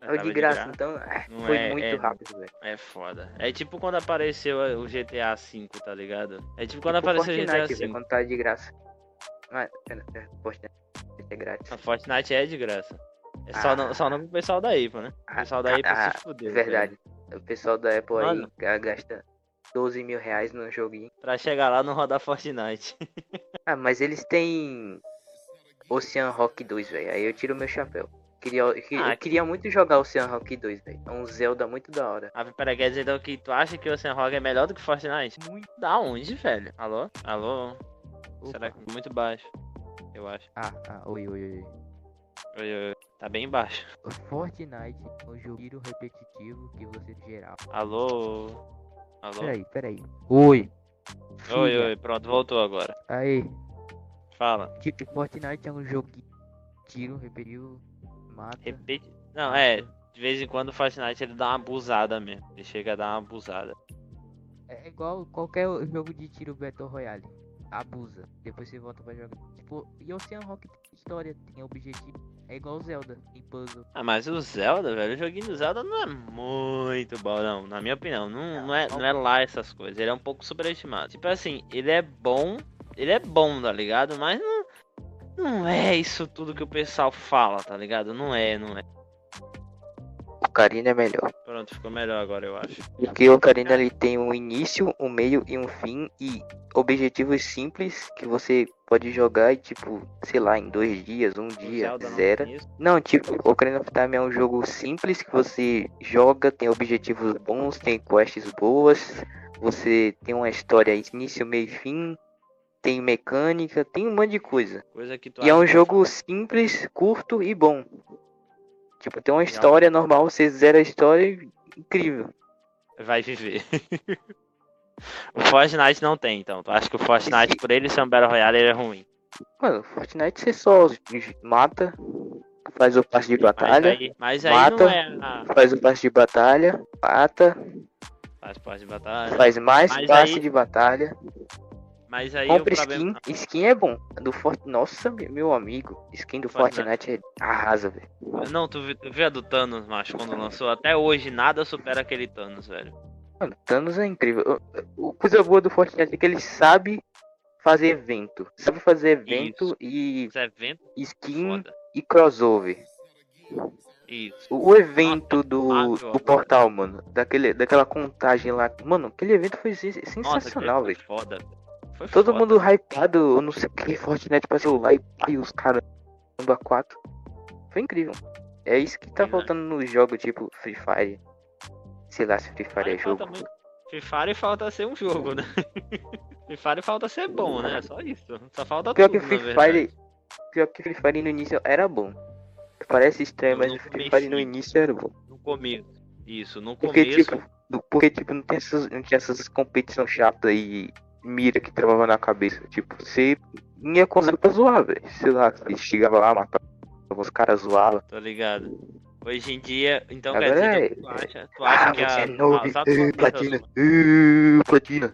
Speaker 1: É o
Speaker 2: Tava
Speaker 1: de graça, então é,
Speaker 2: Não
Speaker 1: foi
Speaker 2: é-
Speaker 1: muito
Speaker 2: é-
Speaker 1: rápido, velho.
Speaker 2: É foda. É tipo quando apareceu o GTA V, tá ligado? É tipo quando
Speaker 1: Tipo
Speaker 2: apareceu o GTA
Speaker 1: Fortnite, velho,
Speaker 2: V.
Speaker 1: quando tá de graça. Mas, pera, pera, Fortnite é grátis.
Speaker 2: A Fortnite é de graça. É só,
Speaker 1: Ah.
Speaker 2: não, só não pro pessoal da IPA, né? O
Speaker 1: Ah,
Speaker 2: pessoal da
Speaker 1: ah,
Speaker 2: IPA
Speaker 1: ah,
Speaker 2: se fudeu.
Speaker 1: Verdade. O pessoal da Apple
Speaker 2: Mano.
Speaker 1: aí ga- gasta 12 mil reais num joguinho.
Speaker 2: Pra chegar lá não rodar Fortnite.
Speaker 1: Ah, mas eles têm Ocean Rock 2, velho. Aí eu tiro meu chapéu. Queria, eu que-
Speaker 2: Ah,
Speaker 1: eu queria muito jogar Ocean Rock 2, velho. É um Zelda muito da hora.
Speaker 2: Ah, pera, quer dizer então que tu acha que o Ocean Rock é melhor do que Fortnite? Muito. Da onde, velho? Alô? Alô? Será que muito baixo? Eu acho.
Speaker 3: Ah, ah, oi, oi, oi.
Speaker 2: Oi, oi, oi. Tá bem baixo.
Speaker 3: O Fortnite é um joguinho repetitivo que você geral.
Speaker 2: Alô?
Speaker 1: É,
Speaker 2: Alô?
Speaker 3: Peraí, peraí. Oi.
Speaker 2: Oi,
Speaker 3: Filha.
Speaker 2: oi, pronto, voltou agora.
Speaker 3: Aí.
Speaker 2: Fala.
Speaker 3: Tipo, Fortnite é um joguinho. Tiro, repetido, mata.
Speaker 2: Repete. Não, é, de vez em quando o Fortnite ele dá uma abusada mesmo. Ele chega a dar uma abusada.
Speaker 3: É igual qualquer jogo de tiro Battle Royale. Abusa. Depois você volta pra jogar. Tipo, e Ocean Rock tem história, tem objetivo. É igual Zelda, tem puzzle.
Speaker 2: Ah, mas o Zelda, velho, o joguinho do Zelda não é muito bom, não. Na minha opinião, não, não, é, não é lá essas coisas. Ele é um pouco superestimado. Tipo assim, ele é bom, ele é bom, tá ligado? Mas não, não é isso tudo que o pessoal fala, tá ligado? Não é, não é.
Speaker 1: O Karina é melhor.
Speaker 2: Pronto, ficou melhor agora, eu acho.
Speaker 1: Porque o Karina ele tem um início, um meio e um fim. E objetivos simples que você pode jogar e, tipo, sei lá, em dois dias, um
Speaker 2: O
Speaker 1: dia,
Speaker 2: Zelda não
Speaker 1: zero.
Speaker 2: tem isso.
Speaker 1: Não, tipo, Ocarina of Time é um jogo simples que você joga, tem objetivos bons, tem quests boas, você tem uma história início, meio e fim, tem mecânica, tem um monte de coisa.
Speaker 2: Coisa que tu
Speaker 1: E é um
Speaker 2: acha-
Speaker 1: jogo simples, curto e bom. Tipo, tem uma
Speaker 2: é um-
Speaker 1: história normal, você zera a história, e- incrível.
Speaker 2: vai viver. o Fortnite não tem, então. Tu acha que o Fortnite, por ele ser um Battle Royale, ele é ruim.
Speaker 1: Mano, Fortnite você só mata, faz o passe de
Speaker 2: Mas
Speaker 1: batalha,
Speaker 2: aí, mas aí
Speaker 1: mata.
Speaker 2: não é a
Speaker 1: faz o passe de batalha, mata,
Speaker 2: faz parte de batalha.
Speaker 1: faz mais
Speaker 2: Mas
Speaker 1: passe
Speaker 2: aí-
Speaker 1: de batalha.
Speaker 2: Mas aí o
Speaker 1: Compre
Speaker 2: problema.
Speaker 1: skin. Skin é bom. A Do Fort... Nossa, me- meu amigo. Skin do
Speaker 2: Fortnite.
Speaker 1: Fortnite, é... arrasa, velho.
Speaker 2: Não, tu, vi- tu viu a do Thanos, macho, quando lançou? Até hoje nada supera aquele Thanos, velho.
Speaker 1: Mano, Thanos é incrível. O, o coisa boa do Fortnite é que ele sabe fazer evento. Sabe fazer evento
Speaker 2: Isso.
Speaker 1: e
Speaker 2: Isso é evento
Speaker 1: skin
Speaker 2: foda.
Speaker 1: e crossover.
Speaker 2: Isso.
Speaker 1: O, o evento
Speaker 2: Nossa,
Speaker 1: do,
Speaker 2: Marvel
Speaker 1: do
Speaker 2: agora.
Speaker 1: portal, mano. Daquele, daquela contagem lá. Mano, aquele evento foi sen-
Speaker 2: Nossa, que
Speaker 1: sensacional,
Speaker 2: foi
Speaker 1: velho.
Speaker 2: foda. velho. Foi
Speaker 1: Todo
Speaker 2: foda.
Speaker 1: mundo hypado, eu não sei o que, Fortnite pra celular e pai, os caramba, quatro. Foi incrível. É isso que tá
Speaker 2: Verdade.
Speaker 1: faltando nos jogos, tipo Free Fire. Sei lá se Free Fire é
Speaker 2: Aí falta
Speaker 1: jogo.
Speaker 2: muito- Free Fire falta ser um jogo, né? Free Fire falta ser bom, né? Só isso. Só falta
Speaker 1: Pior que
Speaker 2: tudo, na
Speaker 1: Free
Speaker 2: verdade.
Speaker 1: Fire. Pior que Free Fire no início era bom. Parece estranho,
Speaker 2: Eu
Speaker 1: mas
Speaker 2: não
Speaker 1: o Free
Speaker 2: comecei.
Speaker 1: Fire no início era bom.
Speaker 2: No começo. Isso, no
Speaker 1: Porque
Speaker 2: começo.
Speaker 1: tipo. do- Porque tipo, não, tem essas, não tinha essas competições chatas e mira que travava na cabeça. Tipo, você ia com os pra zoar, velho. Sei lá, você chegava lá, matava os caras zoavam.
Speaker 2: Tô ligado. Hoje em dia, então
Speaker 1: Agora
Speaker 2: quer
Speaker 1: é-
Speaker 2: dizer, tu acha, tu acha
Speaker 1: Ah,
Speaker 2: que
Speaker 1: você
Speaker 2: a.
Speaker 1: é noob.
Speaker 2: a- sabe qual
Speaker 1: Uh,
Speaker 2: é a
Speaker 1: platina.
Speaker 2: coisa-
Speaker 1: Uh, platina.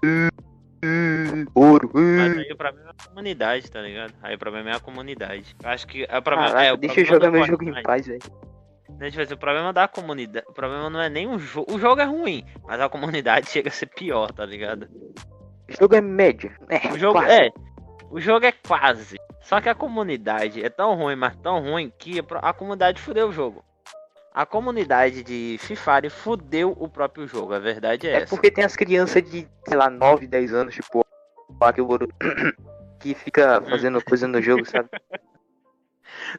Speaker 1: Uh, uh, ouro.
Speaker 2: Mas
Speaker 1: Uh.
Speaker 2: aí o problema é a comunidade, tá ligado? Aí o problema é a comunidade. Eu acho que é o problema.
Speaker 1: Caraca,
Speaker 2: é, o
Speaker 1: deixa eu
Speaker 2: problema
Speaker 1: jogar
Speaker 2: do
Speaker 1: meu jogo em
Speaker 2: Fortnite-
Speaker 1: paz, velho.
Speaker 2: né, tipo assim, o problema da comunidade. O problema não é nem o jogo. O jogo é ruim, mas a comunidade chega a ser pior, tá ligado?
Speaker 1: O jogo é médio. É,
Speaker 2: O jogo
Speaker 1: quase.
Speaker 2: é. O jogo é quase. Só que a comunidade é tão ruim, mas tão ruim, que a pro- a comunidade fudeu o jogo. A comunidade de Free Fire fudeu o próprio jogo, a verdade é,
Speaker 1: É
Speaker 2: essa.
Speaker 1: porque tem as crianças de, sei lá, 9, 10 anos, tipo, lá que o ouro. Que fica fazendo coisa no jogo, sabe?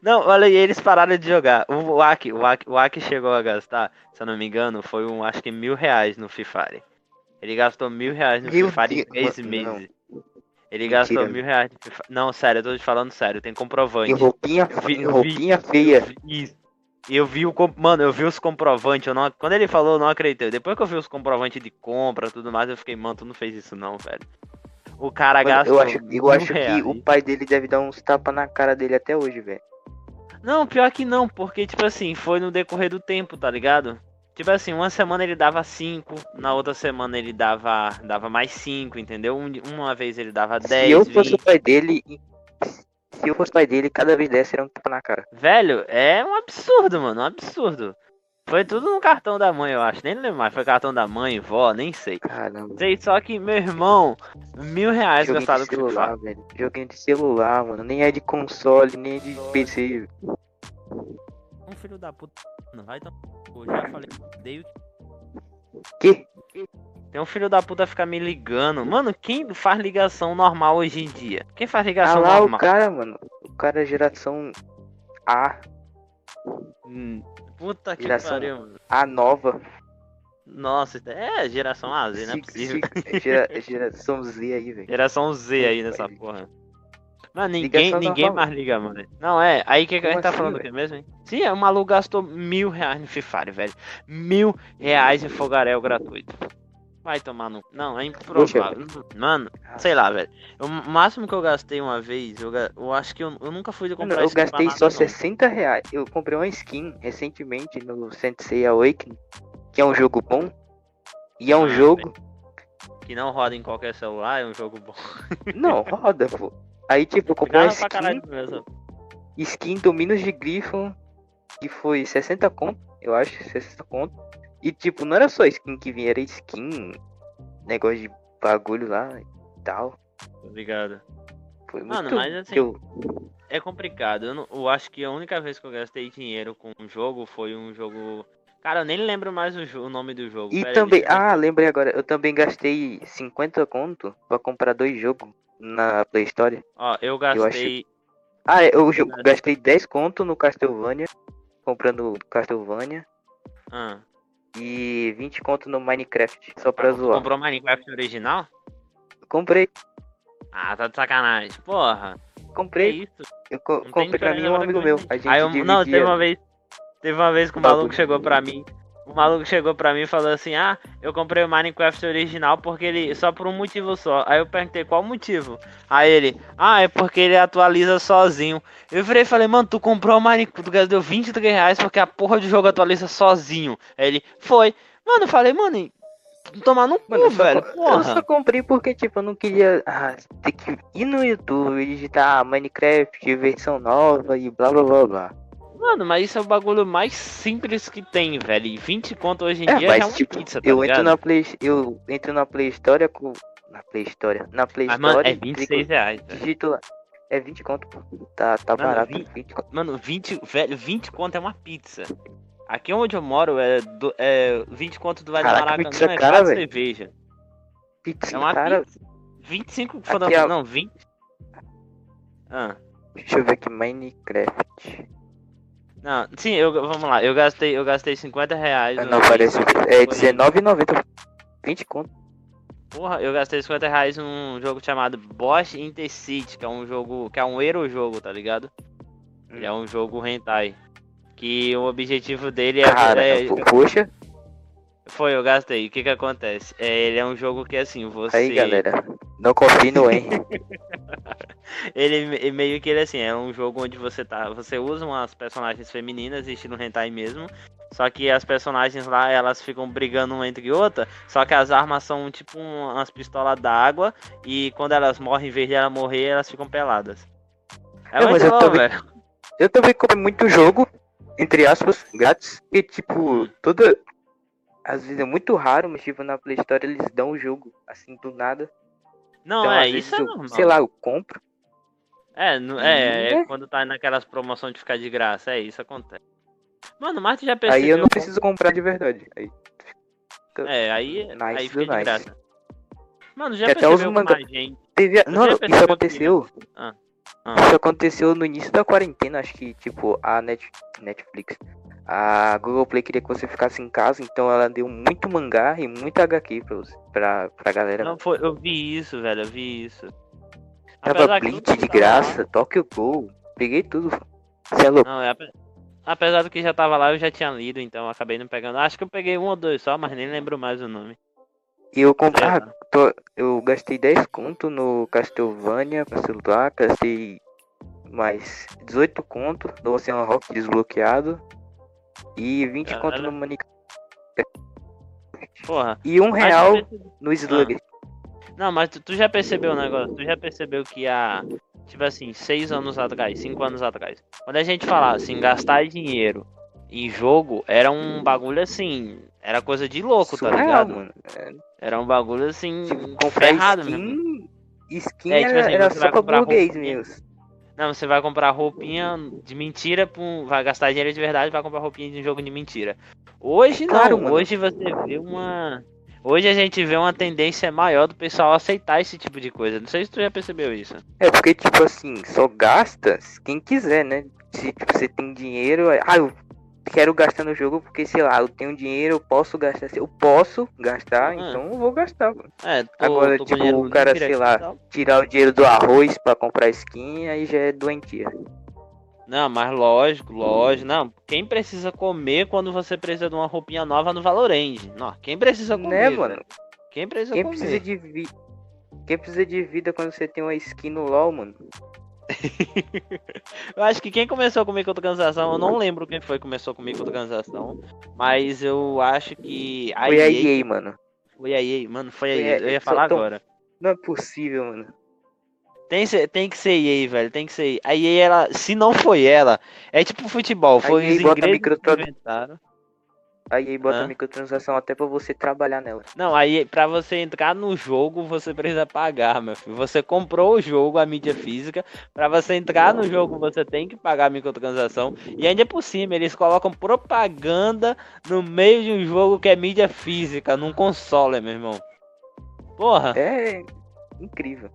Speaker 2: Não, olha aí, eles pararam de jogar. O Aki, o Aki, o Aki chegou a gastar, se eu não me engano, foi um, acho que mil reais no Free Fire. Ele gastou mil reais no
Speaker 1: Meu
Speaker 2: Free Fire em
Speaker 1: Deus,
Speaker 2: três
Speaker 1: mano,
Speaker 2: meses.
Speaker 1: não.
Speaker 2: Ele
Speaker 1: Mentira,
Speaker 2: gastou
Speaker 1: mano.
Speaker 2: mil reais no Free Fire. Não, sério, eu tô te falando sério, tem comprovante.
Speaker 1: Em roupinha,
Speaker 2: Eu vi-
Speaker 1: em
Speaker 2: eu vi-
Speaker 1: roupinha
Speaker 2: Eu
Speaker 1: feia.
Speaker 2: vi isso. Eu vi o. com- Mano, eu vi os comprovantes. Eu não... Quando ele falou, eu não acreditei. Depois que eu vi os comprovantes de compra e tudo mais, eu fiquei, mano, tu não fez isso não, velho. O cara
Speaker 1: Mano,
Speaker 2: gastou.
Speaker 1: eu acho, eu
Speaker 2: mil
Speaker 1: acho que
Speaker 2: reais.
Speaker 1: o pai dele deve dar uns tapas na cara dele até hoje, velho.
Speaker 2: Não, pior que não, porque, tipo assim, foi no decorrer do tempo, tá ligado? Tipo assim, uma semana ele dava 5, na outra semana ele dava, dava mais 5, entendeu? Um- uma vez ele dava
Speaker 1: Se
Speaker 2: 10,
Speaker 1: eu fosse o
Speaker 2: 20.
Speaker 1: pai dele, se se eu fosse pai dele, cada vez dessa era um tapa na cara.
Speaker 2: Velho, é um absurdo, mano, um absurdo. Foi tudo no cartão da mãe, eu acho. Nem lembro mais. Foi cartão da mãe, vó, nem sei.
Speaker 1: Caramba.
Speaker 2: Sei só que, meu irmão, mil reais
Speaker 1: Joguinho
Speaker 2: gastado
Speaker 1: de
Speaker 2: com Free Fire.
Speaker 1: celular, velho. Joguinho de celular, mano. Nem é de console, nem é de PC.
Speaker 4: Um filho da puta. Não vai tomar. Eu já falei. Dei o
Speaker 1: Que?
Speaker 2: Tem um filho da puta ficar me ligando. Mano, quem faz ligação normal hoje em dia? Quem faz
Speaker 1: Ah
Speaker 2: ligação
Speaker 1: lá o
Speaker 2: normal?
Speaker 1: cara, mano. O cara é geração A.
Speaker 2: Hum, Puta que
Speaker 1: Geração-
Speaker 2: pariu, mano.
Speaker 1: A nova.
Speaker 2: Nossa, é geração AZ, não é
Speaker 1: Sig-
Speaker 2: possível.
Speaker 1: sig- gera- é geração Z aí, velho.
Speaker 2: Geração Z aí nessa
Speaker 1: Pariu.
Speaker 2: porra. Mano, ninguém,
Speaker 1: Ligação
Speaker 2: ninguém
Speaker 1: normal.
Speaker 2: mais liga, mano. Não, é. Aí que, que a
Speaker 1: Como
Speaker 2: gente tá
Speaker 1: assim,
Speaker 2: falando aqui mesmo, hein? Sim, o maluco gastou mil reais no Free Fire, velho. Mil reais em fogaréu gratuito. Vai tomar no. Não, é improvável. Mano,
Speaker 1: Ah.
Speaker 2: sei lá, velho. O máximo que eu gastei uma vez, eu, ga- eu acho que eu, eu nunca fui de
Speaker 1: Mano,
Speaker 2: comprar
Speaker 1: eu
Speaker 2: skin pra
Speaker 1: gastei
Speaker 2: nada,
Speaker 1: só
Speaker 2: não.
Speaker 1: 60 reais. Eu comprei uma skin recentemente no Sensei Awakening, que é um jogo bom. E é um
Speaker 2: Ah,
Speaker 1: jogo.
Speaker 2: Que não roda em qualquer celular, é um jogo bom.
Speaker 1: Não, roda, pô. Aí, tipo, eu comprei uma
Speaker 2: Grava pra
Speaker 1: skin,
Speaker 2: caralho mesmo.
Speaker 1: skin do Minos de Griffon, que foi 60 conto, eu acho, 60 conto. E, tipo, não era só skin que vinha, era skin, negócio de bagulho lá e tal.
Speaker 2: tá Obrigado.
Speaker 1: Foi muito
Speaker 2: Mano, mas assim,
Speaker 1: eu-
Speaker 2: É complicado. Eu, não- eu acho que a única vez que eu gastei dinheiro com um jogo foi um jogo. Cara, eu nem lembro mais o, jo- o nome do jogo.
Speaker 1: E
Speaker 2: Pera aí,
Speaker 1: também,
Speaker 2: deixa eu-
Speaker 1: ah, lembrei agora, eu também gastei 50 conto pra comprar dois jogos na Play Store.
Speaker 2: Ó, eu
Speaker 1: acho-
Speaker 2: gastei.
Speaker 1: Ah, é, eu jo- gastei 10 conto no Castlevania, comprando Castlevania,
Speaker 2: Ah,
Speaker 1: e 20 conto no Minecraft, só pra
Speaker 2: tu
Speaker 1: zoar.
Speaker 2: comprou Minecraft original?
Speaker 1: Comprei,
Speaker 2: Ah, tá de sacanagem. Porra. Que
Speaker 1: comprei,
Speaker 2: isso?
Speaker 1: eu co-
Speaker 2: tem
Speaker 1: comprei pra mim e um
Speaker 2: diferença
Speaker 1: amigo meu.
Speaker 2: agora
Speaker 1: A gente
Speaker 2: Aí eu, não, teve
Speaker 1: dividia. Tá
Speaker 2: uma vez. Teve uma vez que o
Speaker 1: Bagulho.
Speaker 2: maluco chegou pra mim. O maluco chegou pra mim e falou assim: Ah, eu comprei o Minecraft original porque ele. Só por um motivo só. Aí eu perguntei qual motivo. Aí ele, ah, é porque ele atualiza sozinho. Eu virei e falei, mano, tu comprou o Minecraft, tu gastou 23 reais porque a porra do jogo atualiza sozinho. Aí ele, foi. Mano, eu falei, mano, e- tomar no cu,
Speaker 1: Mano, eu só,
Speaker 2: velho.
Speaker 1: co- eu só
Speaker 2: Porra.
Speaker 1: comprei porque, tipo, eu não queria ah, ter que ir no YouTube e digitar Minecraft, versão nova e blá blá blá blá.
Speaker 2: Mano, mas isso é o bagulho mais simples que tem, velho. E 20 conto hoje em
Speaker 1: É,
Speaker 2: dia já é
Speaker 1: mas
Speaker 2: uma
Speaker 1: tipo,
Speaker 2: pizza, tá
Speaker 1: eu
Speaker 2: ligado?
Speaker 1: entro na Play, eu entro na Play Store com na Play Store, na Play
Speaker 2: Mas,
Speaker 1: Store,
Speaker 2: mano, é
Speaker 1: clico-
Speaker 2: 26 reais, velho.
Speaker 1: digito lá. É 20 conto, pô. Tá, tá
Speaker 2: Mano,
Speaker 1: barato,
Speaker 2: 20.
Speaker 1: 20 conto.
Speaker 2: Mano, 20, velho, 20 conto é uma pizza. Aqui onde eu moro é, do, é 20 conto do Vale do
Speaker 1: Caraca,
Speaker 2: Maracanã,
Speaker 1: pizza
Speaker 2: é
Speaker 1: cara,
Speaker 2: quase
Speaker 1: velho.
Speaker 2: cerveja.
Speaker 1: Pizza,
Speaker 2: É uma
Speaker 1: cara,
Speaker 2: pizza. 25
Speaker 1: Aqui, é
Speaker 2: quando
Speaker 1: ó.
Speaker 2: não, 20. Ah,
Speaker 1: deixa eu ver aqui Minecraft.
Speaker 2: não, sim, eu vamos lá. Eu gastei, eu gastei 50 reais.
Speaker 1: Ah,
Speaker 2: no
Speaker 1: não
Speaker 2: mês,
Speaker 1: aparece,
Speaker 2: foi-
Speaker 1: é 19,90. 20 conto.
Speaker 2: Porra, eu gastei 50 reais num jogo chamado Bosch Intercity, que é um jogo, que é um euro-jogo, tá ligado? Ele é
Speaker 1: Hum.
Speaker 2: um jogo hentai. Que o objetivo dele é-
Speaker 1: Cara,
Speaker 2: é,
Speaker 1: po- poxa,
Speaker 2: Foi, eu gastei. O que que acontece? É, ele é um jogo que assim, você.
Speaker 1: aí galera, não confie no Henry.
Speaker 2: Ele me- meio que ele assim, é um jogo onde você tá. Você usa umas personagens femininas, estilo hentai mesmo. Só que as personagens lá, elas ficam brigando uma entre outra. Só que as armas são tipo um- umas pistolas d'água. E quando elas morrem, em vez de ela morrer, elas ficam peladas. É,
Speaker 1: É,
Speaker 2: muito
Speaker 1: mas eu
Speaker 2: bom,
Speaker 1: tô vi-
Speaker 2: velho.
Speaker 1: Eu também comprei muito jogo, entre aspas, grátis. E tipo, toda. Às vezes é muito raro, mas tipo, na Play Store eles dão o jogo, assim, do nada.
Speaker 2: Não,
Speaker 1: então,
Speaker 2: é,
Speaker 1: às vezes
Speaker 2: isso é
Speaker 1: eu,
Speaker 2: normal.
Speaker 1: Sei lá, eu compro.
Speaker 2: É, no- é, é
Speaker 1: Né?
Speaker 2: quando tá naquelas promoções de ficar de graça, é isso acontece. Mano, mas tu já percebeu
Speaker 1: Aí eu não
Speaker 2: como-
Speaker 1: preciso comprar de verdade. Aí,
Speaker 2: É, aí,
Speaker 1: Nice
Speaker 2: aí
Speaker 1: do
Speaker 2: fica de
Speaker 1: nice.
Speaker 2: graça. Mano, já
Speaker 1: Que até os
Speaker 2: percebeu
Speaker 1: manga-
Speaker 2: como a gente...
Speaker 1: teve.
Speaker 2: Você
Speaker 1: Não,
Speaker 2: percebeu
Speaker 1: isso
Speaker 2: que-
Speaker 1: aconteceu.
Speaker 2: Ah, ah.
Speaker 1: Isso aconteceu no início da quarentena, acho que, tipo, a Net... Netflix. A Google Play queria que você ficasse em casa, então ela deu muito mangá e muito HQ pra, você- pra, pra galera.
Speaker 2: Não, foi, eu vi isso, velho, eu vi isso.
Speaker 1: Tava
Speaker 2: que
Speaker 1: Blitz
Speaker 2: tudo
Speaker 1: de
Speaker 2: tava
Speaker 1: graça, Tokyo Gol. Peguei tudo. Você é
Speaker 2: lá-
Speaker 1: louco.
Speaker 2: Não, é, ape- apesar do que já tava lá, eu já tinha lido, então eu acabei não pegando. Acho que eu peguei um ou dois só, mas nem lembro mais o nome.
Speaker 1: E eu comprei.
Speaker 2: É.
Speaker 1: ah, tô- eu gastei 10 conto no Castlevania pra celular, gastei mais 18 conto no Ocean Rock desbloqueado. E 20 conto
Speaker 2: Caralho.
Speaker 1: no Minecraft.
Speaker 2: Porra.
Speaker 1: E um
Speaker 2: mas tu
Speaker 1: real
Speaker 2: percebe-
Speaker 1: no Slug.
Speaker 2: Não, mas tu, tu já percebeu o negócio, tu já percebeu que a... tipo assim, seis anos atrás, cinco anos atrás, quando a gente falava assim, gastar dinheiro em jogo, era um bagulho assim, era coisa de louco, tá
Speaker 1: Surreal,
Speaker 2: ligado?
Speaker 1: mano. É,
Speaker 2: Era um bagulho assim, né?
Speaker 1: tipo, comprar
Speaker 2: ferrado mesmo.
Speaker 1: skin, skin
Speaker 2: É, tipo
Speaker 1: era,
Speaker 2: assim,
Speaker 1: era
Speaker 2: você
Speaker 1: só
Speaker 2: vai
Speaker 1: pra
Speaker 2: comprar
Speaker 1: burguês
Speaker 2: roupa,
Speaker 1: mesmo.
Speaker 2: Não, você vai comprar roupinha de mentira, pro- vai gastar dinheiro de verdade, vai comprar roupinha de um jogo de mentira. Hoje não,
Speaker 1: Claro, mano.
Speaker 2: hoje você vê uma. Hoje a gente vê uma tendência maior do pessoal aceitar esse tipo de coisa. Não sei se tu já percebeu isso.
Speaker 1: É, porque, tipo assim, só gasta quem quiser, né? Se tipo, você tem dinheiro, é, ah, eu quero gastar no jogo porque, sei lá, eu tenho dinheiro, eu posso gastar. Eu posso gastar,
Speaker 2: Ah.
Speaker 1: então eu vou gastar, mano.
Speaker 2: É, tô,
Speaker 1: Agora,
Speaker 2: tô com
Speaker 1: tipo,
Speaker 2: dinheiro
Speaker 1: o
Speaker 2: livre
Speaker 1: cara,
Speaker 2: aqui
Speaker 1: sei
Speaker 2: e
Speaker 1: lá.
Speaker 2: tal.
Speaker 1: Tirar o dinheiro do arroz pra comprar skin, aí já é doentia.
Speaker 2: Não, mas lógico, lógico. Não, quem precisa comer quando você precisa de uma roupinha nova no Valorant? Não, quem precisa comer?
Speaker 1: Né,
Speaker 2: velho?
Speaker 1: mano?
Speaker 2: Quem precisa
Speaker 1: Quem
Speaker 2: comer?
Speaker 1: precisa de vida. Quem precisa de vida quando você tem uma skin no LOL, mano?
Speaker 2: Eu acho que quem começou comigo com transação, eu não lembro quem foi que começou comigo com transação, mas eu acho que a
Speaker 1: Foi a
Speaker 2: EA,
Speaker 1: EA, mano.
Speaker 2: foi a EA, mano, foi a
Speaker 1: Foi
Speaker 2: EA,
Speaker 1: a-
Speaker 2: eu ia
Speaker 1: só
Speaker 2: falar
Speaker 1: tão-
Speaker 2: agora.
Speaker 1: Não é possível, mano.
Speaker 2: Tem, se- tem que ser EA, velho, tem que ser EA. A EA, ela, se não foi ela, é tipo futebol, foi
Speaker 1: EA
Speaker 2: os
Speaker 1: bota
Speaker 2: ingleses que
Speaker 1: microtran-
Speaker 2: inventaram.
Speaker 1: A EA bota
Speaker 2: Hã?
Speaker 1: microtransação até pra você trabalhar nela.
Speaker 2: Não, aí pra você entrar no jogo, você precisa pagar, meu filho. Você comprou o jogo, a mídia física. Pra você entrar no jogo, você tem que pagar a microtransação. E ainda por cima, eles colocam propaganda no meio de um jogo que é mídia física, num console, meu irmão. Porra,
Speaker 1: É incrível.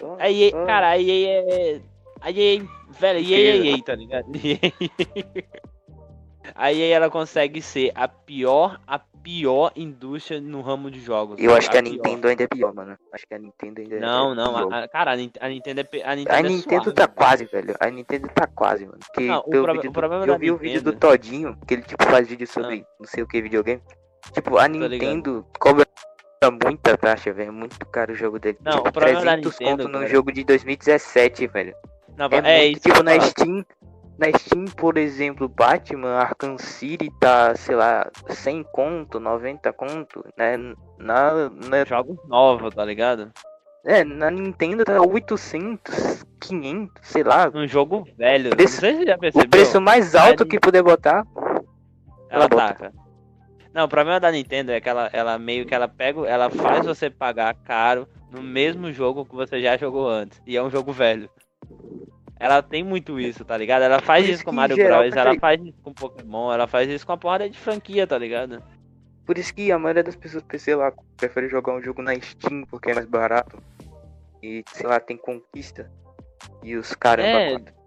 Speaker 1: Só-
Speaker 2: Ah. aí,
Speaker 1: só-
Speaker 2: cara, aí é. Aí, velho, aí,
Speaker 1: Incrível.
Speaker 2: aí, tá ligado? Aí ela consegue ser a pior, a pior indústria no ramo de jogos. né?
Speaker 1: Eu acho que a
Speaker 2: pior.
Speaker 1: Nintendo ainda é pior, mano. Acho que a Nintendo ainda
Speaker 2: Não,
Speaker 1: é
Speaker 2: não.
Speaker 1: pior.
Speaker 2: A, a- cara, a Nin- a Nintendo é. pe- A Nintendo,
Speaker 1: A
Speaker 2: é
Speaker 1: Nintendo
Speaker 2: suave,
Speaker 1: tá
Speaker 2: velho.
Speaker 1: quase, velho. A Nintendo tá quase, mano. Que
Speaker 2: Não, o
Speaker 1: pelo
Speaker 2: proble-
Speaker 1: vídeo
Speaker 2: o
Speaker 1: do-
Speaker 2: problema da
Speaker 1: eu vi o vídeo do
Speaker 2: Nintendo- Ah.
Speaker 1: Todinho, que ele tipo faz vídeo sobre não sei o que videogame. Tipo, a
Speaker 2: ligado.
Speaker 1: Nintendo cobra muita taxa, velho. É muito caro o jogo dele.
Speaker 2: Não,
Speaker 1: tipo,
Speaker 2: o problema da Nintendo,
Speaker 1: conto num
Speaker 2: cara.
Speaker 1: jogo de 2017, velho.
Speaker 2: Não,
Speaker 1: É,
Speaker 2: é,
Speaker 1: muito,
Speaker 2: isso. que eu
Speaker 1: tipo,
Speaker 2: ia
Speaker 1: na
Speaker 2: falar.
Speaker 1: Steam. Na Steam, por exemplo, Batman, Arkham City tá, sei lá, 100 conto, 90 conto, né? Na, na,
Speaker 2: Jogos novos, um tá ligado?
Speaker 1: é, na Nintendo tá 800, 500, sei lá.
Speaker 2: Um jogo velho.
Speaker 1: Preço-
Speaker 2: Não sei se você já percebeu.
Speaker 1: O preço tá mais alto
Speaker 2: Nin-
Speaker 1: que puder botar.
Speaker 2: ela
Speaker 1: Cala a boca.
Speaker 2: ataca. Não, o problema da Nintendo é que ela, ela meio que ela pega, ela faz você pagar caro no mesmo jogo que você já jogou antes. E é um jogo velho. Ela tem muito isso, tá ligado? Ela faz
Speaker 1: Por
Speaker 2: isso
Speaker 1: isso
Speaker 2: com
Speaker 1: que, em
Speaker 2: Mario
Speaker 1: geral,
Speaker 2: Bros, ela
Speaker 1: peraí.
Speaker 2: faz isso com Pokémon, ela faz isso com a porrada de franquia, tá ligado?
Speaker 1: Por isso que a maioria das pessoas, sei lá, prefere jogar um jogo na Steam porque é mais barato. E, sei lá, tem conquista. E os caramba.
Speaker 2: É,
Speaker 1: quatro.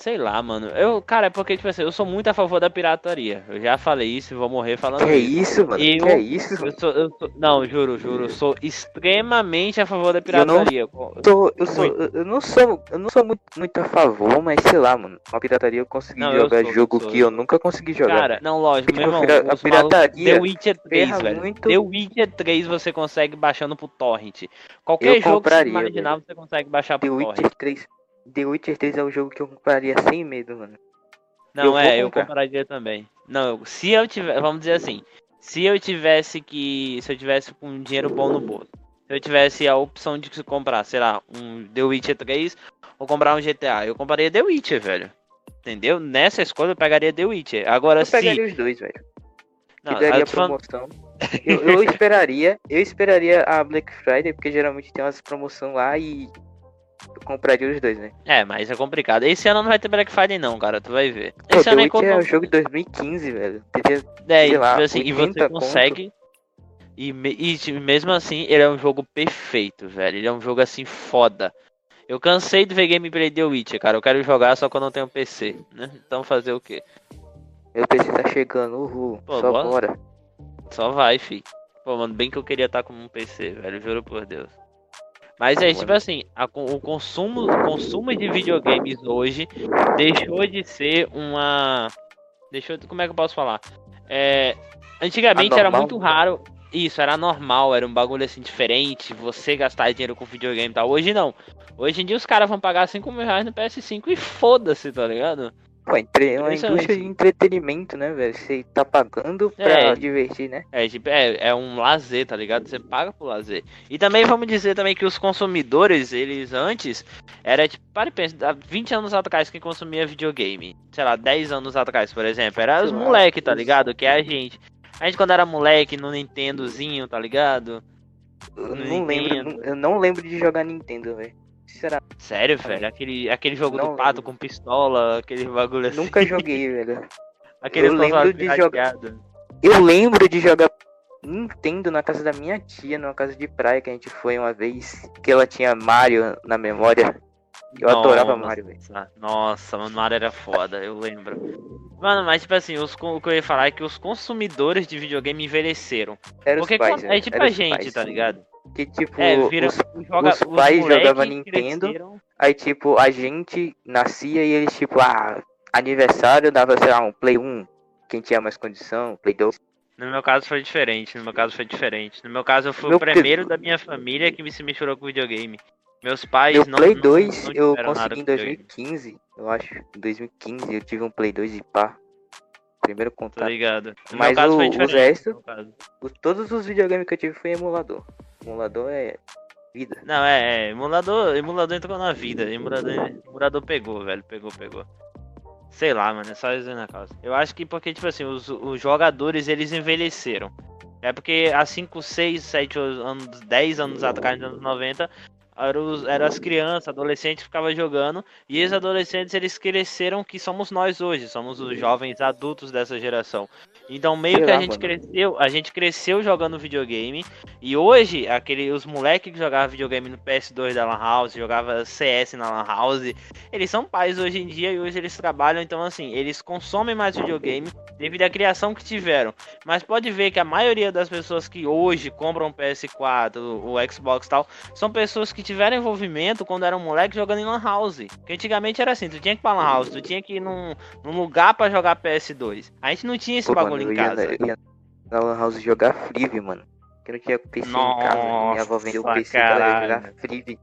Speaker 2: Sei lá, mano. Eu, cara, é porque, tipo assim, eu sou muito a favor da pirataria. Eu já falei isso e vou morrer falando
Speaker 1: que é isso, mano?
Speaker 2: eu-
Speaker 1: que isso?
Speaker 2: Eu sou, eu sou- não, juro, juro, eu sou extremamente a favor da
Speaker 1: Eu não-
Speaker 2: pirataria. Eu-
Speaker 1: Tô- eu, sou, eu eu não sou, eu não sou muito, muito a favor, mas sei lá, mano. Com a pirataria eu consegui
Speaker 2: Não, eu
Speaker 1: jogar
Speaker 2: sou,
Speaker 1: jogo
Speaker 2: eu sou,
Speaker 1: que
Speaker 2: eu
Speaker 1: eu nunca consegui jogar.
Speaker 2: Cara, não, lógico,
Speaker 1: Tipo,
Speaker 2: meu irmão,
Speaker 1: a pira- a
Speaker 2: os malucos-
Speaker 1: pirataria
Speaker 2: The Witcher 3,
Speaker 1: ferra
Speaker 2: velho.
Speaker 1: muito-
Speaker 2: The Witcher 3 você consegue baixando pro torrent. Qualquer
Speaker 1: Eu
Speaker 2: jogo que você
Speaker 1: compraria,
Speaker 2: imaginar, você consegue baixar
Speaker 1: The
Speaker 2: pro torrent.
Speaker 1: Witcher 3. The Witcher 3 é um jogo que eu compraria sem medo, mano.
Speaker 2: Não,
Speaker 1: Eu vou
Speaker 2: é, eu
Speaker 1: comprar.
Speaker 2: compraria também. Não, eu- se eu tiver, vamos dizer assim, se eu tivesse que, se eu tivesse com um dinheiro bom no bolso, se eu tivesse a opção de se comprar, sei lá, um The Witcher 3 ou comprar um GTA, eu compraria The Witcher, velho. Entendeu? Nessa escolha eu pegaria The Witcher. Agora
Speaker 1: Eu
Speaker 2: se
Speaker 1: pegaria os dois, velho.
Speaker 2: Assim, não,
Speaker 1: que daria
Speaker 2: eu tô falando-
Speaker 1: promoção. Eu, eu esperaria, eu esperaria a Black Friday, porque geralmente tem umas promoção lá e eu compraria os dois, né?
Speaker 2: É, mas é complicado. Esse ano não vai ter Black Friday não, cara, tu vai ver.
Speaker 1: Pô,
Speaker 2: Esse
Speaker 1: The
Speaker 2: ano é
Speaker 1: Witcher é um
Speaker 2: economia.
Speaker 1: jogo de 2015, velho. Teria-
Speaker 2: É,
Speaker 1: sei
Speaker 2: e,
Speaker 1: lá,
Speaker 2: tipo assim, e você
Speaker 1: 80 conto.
Speaker 2: consegue. E, me- e, tipo, mesmo assim, ele é um jogo perfeito, velho. Ele é um jogo assim foda. Eu cansei de ver gameplay The Witcher, cara. Eu quero jogar só que eu não tenho PC, né? Então fazer o quê?
Speaker 1: Meu PC tá chegando, uhul.
Speaker 2: Pô,
Speaker 1: só
Speaker 2: bora.
Speaker 1: bora.
Speaker 2: Só vai, fi. Pô, mano, bem que eu queria estar com um PC, velho. Juro por Deus. Mas é
Speaker 1: Mano.
Speaker 2: tipo assim, a con- o consumo, o consumo de videogames hoje deixou de ser uma. Deixou de. Como é que eu posso falar? É, antigamente era
Speaker 1: Anormal?
Speaker 2: muito raro. Isso, era normal, era um bagulho assim diferente, você gastar dinheiro com videogame e tal. Hoje não. Hoje em dia os caras vão pagar 5 mil reais no PS5 e foda-se, tá ligado?
Speaker 1: Pô, entre... é uma
Speaker 2: Interessante.
Speaker 1: indústria de entretenimento, né, velho? Você tá pagando pra
Speaker 2: É.
Speaker 1: divertir, né?
Speaker 2: É, tipo, é, é um lazer, tá ligado? Você paga pro lazer. E também vamos dizer também que os consumidores, eles antes, era tipo, para e pensa, há 20 anos atrás quem consumia videogame, sei lá, 10 anos atrás, por exemplo, era os
Speaker 1: Sei lá,
Speaker 2: moleque, tá
Speaker 1: isso.
Speaker 2: ligado? Que é a gente. A gente quando era moleque no Nintendozinho, tá ligado?
Speaker 1: Eu
Speaker 2: No
Speaker 1: não lembro,
Speaker 2: Nintendo.
Speaker 1: eu não lembro de jogar Nintendo, velho. Sinceramente,
Speaker 2: Sério, velho, aquele, aquele jogo
Speaker 1: É. Não
Speaker 2: do pato
Speaker 1: lembro.
Speaker 2: com pistola, aquele bagulho assim.
Speaker 1: nunca joguei, velho.
Speaker 2: aquele
Speaker 1: eu lembro
Speaker 2: console
Speaker 1: de jogar-
Speaker 2: pirateado.
Speaker 1: Eu lembro de jogar Nintendo na casa da minha tia, numa casa de praia que a gente foi uma vez, que ela tinha Mario na memória. Eu adorava
Speaker 2: Nossa.
Speaker 1: Mario, velho.
Speaker 2: Nossa, Nossa, mano, Mario era foda, eu lembro. Mano, mas tipo assim, os, con- o que eu ia falar é que os consumidores de videogame envelheceram.
Speaker 1: Era
Speaker 2: Porque
Speaker 1: os pais,
Speaker 2: quando-
Speaker 1: né?
Speaker 2: é tipo
Speaker 1: Era
Speaker 2: a
Speaker 1: os
Speaker 2: gente,
Speaker 1: pais.
Speaker 2: tá ligado?
Speaker 1: Que tipo,
Speaker 2: É, vira-
Speaker 1: os-
Speaker 2: Joga,
Speaker 1: Os pais
Speaker 2: moleque
Speaker 1: jogavam Nintendo.
Speaker 2: cresceram.
Speaker 1: aí tipo, a gente nascia e eles tipo, ah, aniversário dava, sei lá, um Play 1. Quem tinha mais condição, Play 2.
Speaker 2: No meu caso foi diferente, no meu caso foi diferente. No meu caso eu fui
Speaker 1: Meu
Speaker 2: o primeiro
Speaker 1: pri-
Speaker 2: da minha família que me se misturou com videogame. Meus pais
Speaker 1: Meu
Speaker 2: não
Speaker 1: Play
Speaker 2: não-
Speaker 1: 2
Speaker 2: não
Speaker 1: eu
Speaker 2: tiveram nada
Speaker 1: consegui em
Speaker 2: com videogame,
Speaker 1: 2015, eu acho. Em 2015 eu tive um Play 2 e pá. Primeiro
Speaker 2: Tá
Speaker 1: contato.
Speaker 2: ligado? No
Speaker 1: Mas
Speaker 2: meu caso
Speaker 1: o-
Speaker 2: foi
Speaker 1: o
Speaker 2: diferente.
Speaker 1: resto-
Speaker 2: no meu caso.
Speaker 1: O- Todos os videogames que eu tive foi emulador. Emulador é vida.
Speaker 2: Não, é, é, emulador, emulador entrou na vida, emulador, emulador pegou, velho, pegou, pegou. Sei lá, mano, é só isso aí na causa. Eu acho que porque, tipo assim, os, os jogadores, eles envelheceram. É porque há 5, 6, 7 anos, 10 anos atrás, nos anos 90, eram, os- eram as crianças, adolescentes que ficavam jogando, e esses adolescentes, eles cresceram que somos nós hoje, somos os jovens adultos dessa geração. Então, meio
Speaker 1: Sei
Speaker 2: que a
Speaker 1: lá,
Speaker 2: gente
Speaker 1: mano.
Speaker 2: cresceu, a gente cresceu jogando videogame, e hoje, aquele, os moleques que jogavam videogame no PS2 da Lan House, jogava CS na Lan House, eles são pais hoje em dia e hoje eles trabalham, então assim, eles consomem mais videogame devido à criação que tiveram. Mas pode ver que a maioria das pessoas que hoje compram um PS4, o o Xbox e tal, são pessoas que tiveram envolvimento quando eram moleque jogando em Lan House. Porque antigamente era assim, tu tinha que ir pra Lan House, tu tinha que ir num, num lugar pra jogar PS2. A gente não tinha esse
Speaker 1: Pô,
Speaker 2: bagulho
Speaker 1: mano,
Speaker 2: em
Speaker 1: eu ia
Speaker 2: casa.
Speaker 1: na- eu ia na Lan House jogar Free, mano. Que eu não tinha PC em casa. Minha avó vendeu o
Speaker 2: Nossa,
Speaker 1: PC pra eu jogar
Speaker 2: caralho.
Speaker 1: Free.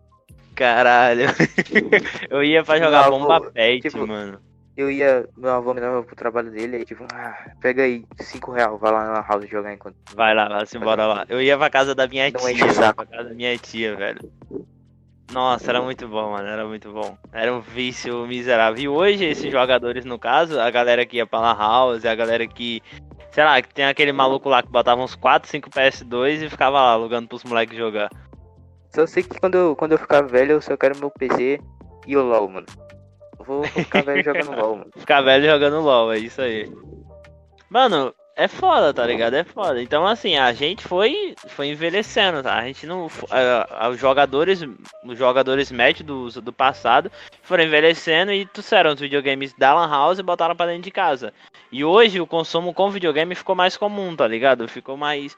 Speaker 2: Caralho. eu ia pra jogar
Speaker 1: Não,
Speaker 2: bomba
Speaker 1: pô,
Speaker 2: pet,
Speaker 1: tipo,
Speaker 2: mano.
Speaker 1: Eu ia, meu avô me dava pro trabalho dele, aí tipo, ah, pega aí, 5 real, vai lá na Lan House jogar enquanto.
Speaker 2: Vai lá, vai se embora lá. Eu ia pra casa da minha
Speaker 1: Não
Speaker 2: tia,
Speaker 1: enche o
Speaker 2: eu ia
Speaker 1: saco.
Speaker 2: pra casa da minha tia, velho. Nossa, era muito bom, mano, era muito bom. Era um vício miserável. E hoje, esses jogadores, no caso, a galera que ia pra La House, a galera que. Sei lá, que tem aquele maluco lá que botava uns 4, 5 PS2 e ficava lá alugando pros moleques jogar.
Speaker 1: Só sei que quando eu, quando eu ficar velho, eu só quero meu PC e o LOL, mano. Eu Vou, vou ficar velho jogando LOL, mano.
Speaker 2: Ficar velho jogando LOL, é isso aí. Mano, é foda, tá ligado? É foda. Então, assim, a gente foi, foi envelhecendo, tá? A gente não. fo- a- a- os jogadores. Os jogadores match do, do passado foram envelhecendo e trouxeram os videogames da Lan House e botaram pra dentro de casa. E hoje o consumo com videogame ficou mais comum, tá ligado? Ficou mais.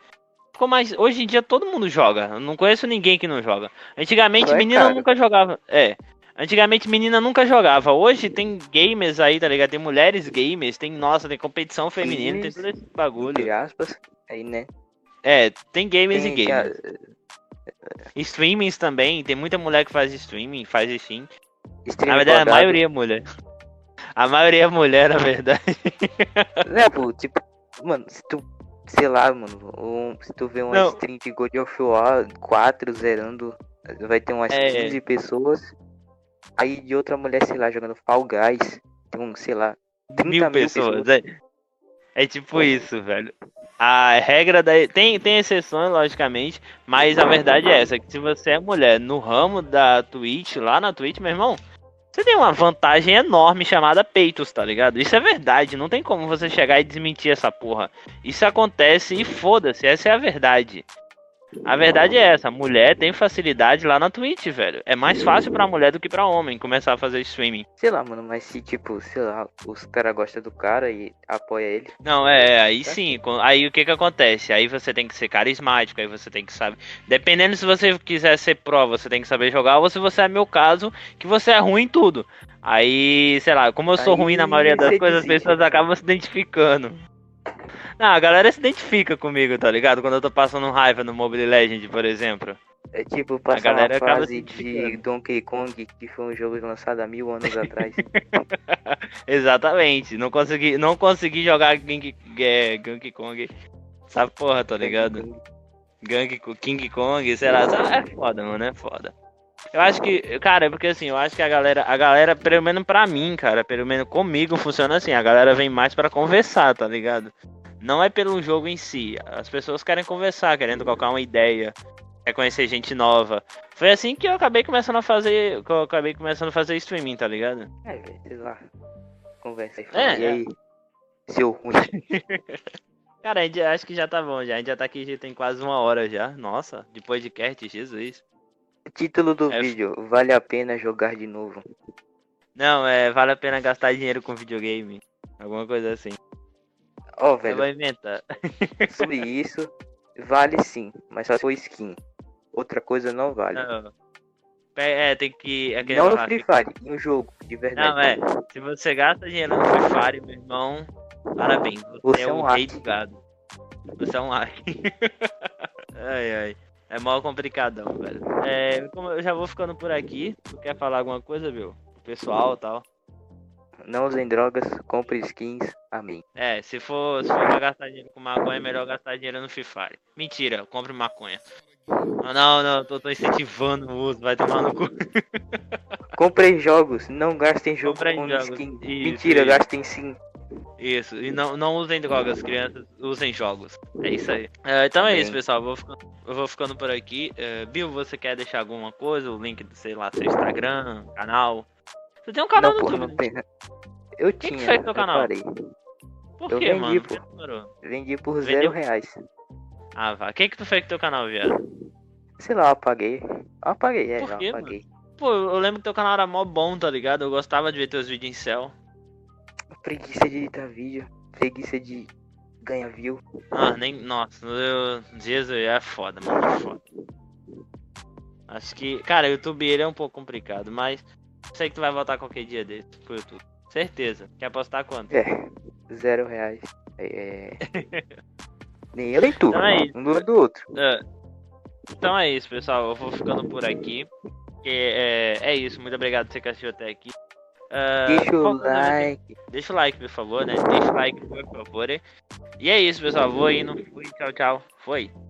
Speaker 2: Ficou mais. Hoje em dia todo mundo joga. Eu não conheço ninguém que não joga. Antigamente,
Speaker 1: Só é
Speaker 2: menina
Speaker 1: caro.
Speaker 2: nunca jogava. É. Antigamente menina nunca jogava. Hoje tem gamers aí, tá ligado? Tem mulheres gamers, tem, nossa, tem competição feminina, tem
Speaker 1: Gamers.
Speaker 2: todo esse bagulho.
Speaker 1: Entre aspas. Aí, né?
Speaker 2: É, tem gamers
Speaker 1: Tem,
Speaker 2: e
Speaker 1: tem a-
Speaker 2: gamers. Streamings também, tem muita mulher que faz streaming, faz stream.
Speaker 1: stream
Speaker 2: Na verdade, a
Speaker 1: um quadrado.
Speaker 2: maioria é mulher. A maioria é mulher, na verdade.
Speaker 1: Né, pô, tipo, mano, se tu, sei lá, mano, um- se tu vê uma
Speaker 2: Não.
Speaker 1: stream de God of War 4 zerando, vai ter umas
Speaker 2: É.
Speaker 1: 15 pessoas, aí de outra mulher, sei lá, jogando Fall Guys, tem um, sei lá, 30
Speaker 2: Mil pessoas, é. É tipo isso, velho. A regra da. Tem, tem exceções, logicamente, mas a verdade é essa: que se você é mulher no ramo da Twitch, lá na Twitch, meu irmão, você tem uma vantagem enorme chamada peitos, tá ligado? Isso é verdade, não tem como você chegar e desmentir essa porra. Isso acontece e foda-se, essa é a verdade. A verdade é essa, mulher tem facilidade lá na Twitch, velho. É mais fácil pra mulher do que pra homem começar a fazer streaming.
Speaker 1: sei lá, mano, mas se, tipo, sei lá, os caras gostam do cara e apoia ele,
Speaker 2: Não, é, é, aí
Speaker 1: Tá?
Speaker 2: sim. com- Aí o que que acontece? Aí você tem que ser carismático, aí você tem que saber. Dependendo se você quiser ser pró, você tem que saber jogar, ou se você é meu caso, que você é ruim em tudo. Aí, sei lá, como eu sou
Speaker 1: Aí
Speaker 2: ruim na maioria das
Speaker 1: você
Speaker 2: coisas, as
Speaker 1: desiste.
Speaker 2: pessoas acabam se identificando. Não, a galera se identifica comigo, tá ligado? Quando eu tô passando raiva no Mobile Legend, por exemplo.
Speaker 1: É tipo passar
Speaker 2: galera
Speaker 1: uma
Speaker 2: acaba
Speaker 1: frase
Speaker 2: se
Speaker 1: de
Speaker 2: identificando.
Speaker 1: Donkey Kong, que foi um jogo lançado há mil anos atrás.
Speaker 2: Tá Exatamente. Não consegui, não consegui jogar King, é, King Kong. Essa porra, tá ligado? Gang, King Kong, sei lá, sabe? é foda, mano, é foda. Eu acho que, cara, é porque assim, eu acho que a galera, a galera, pelo menos pra mim, cara, pelo menos comigo funciona assim, a galera vem mais pra conversar, tá ligado? Não é pelo jogo em si, as pessoas querem conversar, querendo colocar uma ideia, quer conhecer gente nova. Foi assim que eu acabei começando a fazer, que eu acabei começando a fazer streaming, tá ligado?
Speaker 1: É, velho, sei lá. Conversa aí.
Speaker 2: É,
Speaker 1: fala, e
Speaker 2: é.
Speaker 1: aí? Seu ruim.
Speaker 2: Cara, a gente- acho que já tá bom, já, a gente já tá aqui, já tem quase uma hora já, nossa, de podcast, Jesus.
Speaker 1: Título do
Speaker 2: É.
Speaker 1: vídeo: Vale a pena jogar de novo.
Speaker 2: Não, é, vale a pena gastar dinheiro com videogame. Alguma coisa assim.
Speaker 1: Ó,
Speaker 2: Eu
Speaker 1: velho,
Speaker 2: vou inventar.
Speaker 1: sobre isso, vale sim, mas só se for skin. Outra coisa não vale.
Speaker 2: Não. É, é, tem que. é aquele
Speaker 1: Não no
Speaker 2: Ah, lá,
Speaker 1: Free Fire, em um jogo, de verdade.
Speaker 2: Não, é. Se você gasta dinheiro no Free Fire, meu irmão, parabéns. Você,
Speaker 1: Você
Speaker 2: é
Speaker 1: é
Speaker 2: um
Speaker 1: um
Speaker 2: rei
Speaker 1: hack.
Speaker 2: do gado. Você é um hack. ai, ai. É mal complicadão, velho. É, como eu já vou ficando por aqui. Tu quer falar alguma coisa, meu? O pessoal e tal.
Speaker 1: Não usem drogas, compre skins. Amém.
Speaker 2: É, se for, se for pra gastar dinheiro com maconha, é melhor gastar dinheiro no Free Fire. Mentira, compre maconha. Não, não, não, tô, tô incentivando o uso, vai tomar no cu.
Speaker 1: Comprem jogos, não gastem jogo
Speaker 2: Comprem
Speaker 1: com
Speaker 2: jogos,
Speaker 1: skin.
Speaker 2: isso,
Speaker 1: Mentira,
Speaker 2: isso.
Speaker 1: gastem sim.
Speaker 2: Isso, e não, não usem drogas, crianças, usem jogos. É isso aí. É, então é
Speaker 1: Bem.
Speaker 2: isso, pessoal, eu vou ficando, eu vou ficando por aqui. É, Bill, você quer deixar alguma coisa? O link do, sei lá, seu Instagram, canal? Você tem um canal
Speaker 1: não,
Speaker 2: no
Speaker 1: porra,
Speaker 2: YouTube,
Speaker 1: não
Speaker 2: né?
Speaker 1: tem. Eu
Speaker 2: que
Speaker 1: tinha, né,
Speaker 2: fez teu
Speaker 1: eu
Speaker 2: canal?
Speaker 1: parei.
Speaker 2: né? Por
Speaker 1: Eu
Speaker 2: quê,
Speaker 1: vendi,
Speaker 2: mano?
Speaker 1: pô.
Speaker 2: Por que tu parou?
Speaker 1: Vendi por
Speaker 2: Vendi-
Speaker 1: zero reais.
Speaker 2: Ah, vá. O que que tu fez com teu canal, viado?
Speaker 1: Sei lá, eu apaguei. Eu apaguei, é,
Speaker 2: Por
Speaker 1: eu
Speaker 2: quê, mano?
Speaker 1: apaguei.
Speaker 2: Pô, eu lembro que teu canal era mó bom, tá ligado? Eu gostava de ver teus vídeos em céu.
Speaker 1: Preguiça de editar vídeo, preguiça de ganhar view.
Speaker 2: Ah, nem. Nossa, eu, Jesus, é foda, mano. É foda. Acho que. Cara, o YouTube ele é um pouco complicado, mas. Sei que tu vai voltar qualquer dia desse pro YouTube. Certeza. Quer apostar quanto?
Speaker 1: É, zero reais. É. Nem eu nem tu.
Speaker 2: Então é isso.
Speaker 1: um do lado do outro.
Speaker 2: É. Então é isso, pessoal. Eu vou ficando por aqui. Que é, é isso. Muito obrigado por você que assistiu até aqui. Ah,
Speaker 1: Deixa o
Speaker 2: voltando aqui-
Speaker 1: like.
Speaker 2: Deixa o like, por favor, né? Deixa o like, por favor. E é isso, pessoal. Vou indo. Fui, tchau, tchau. Foi.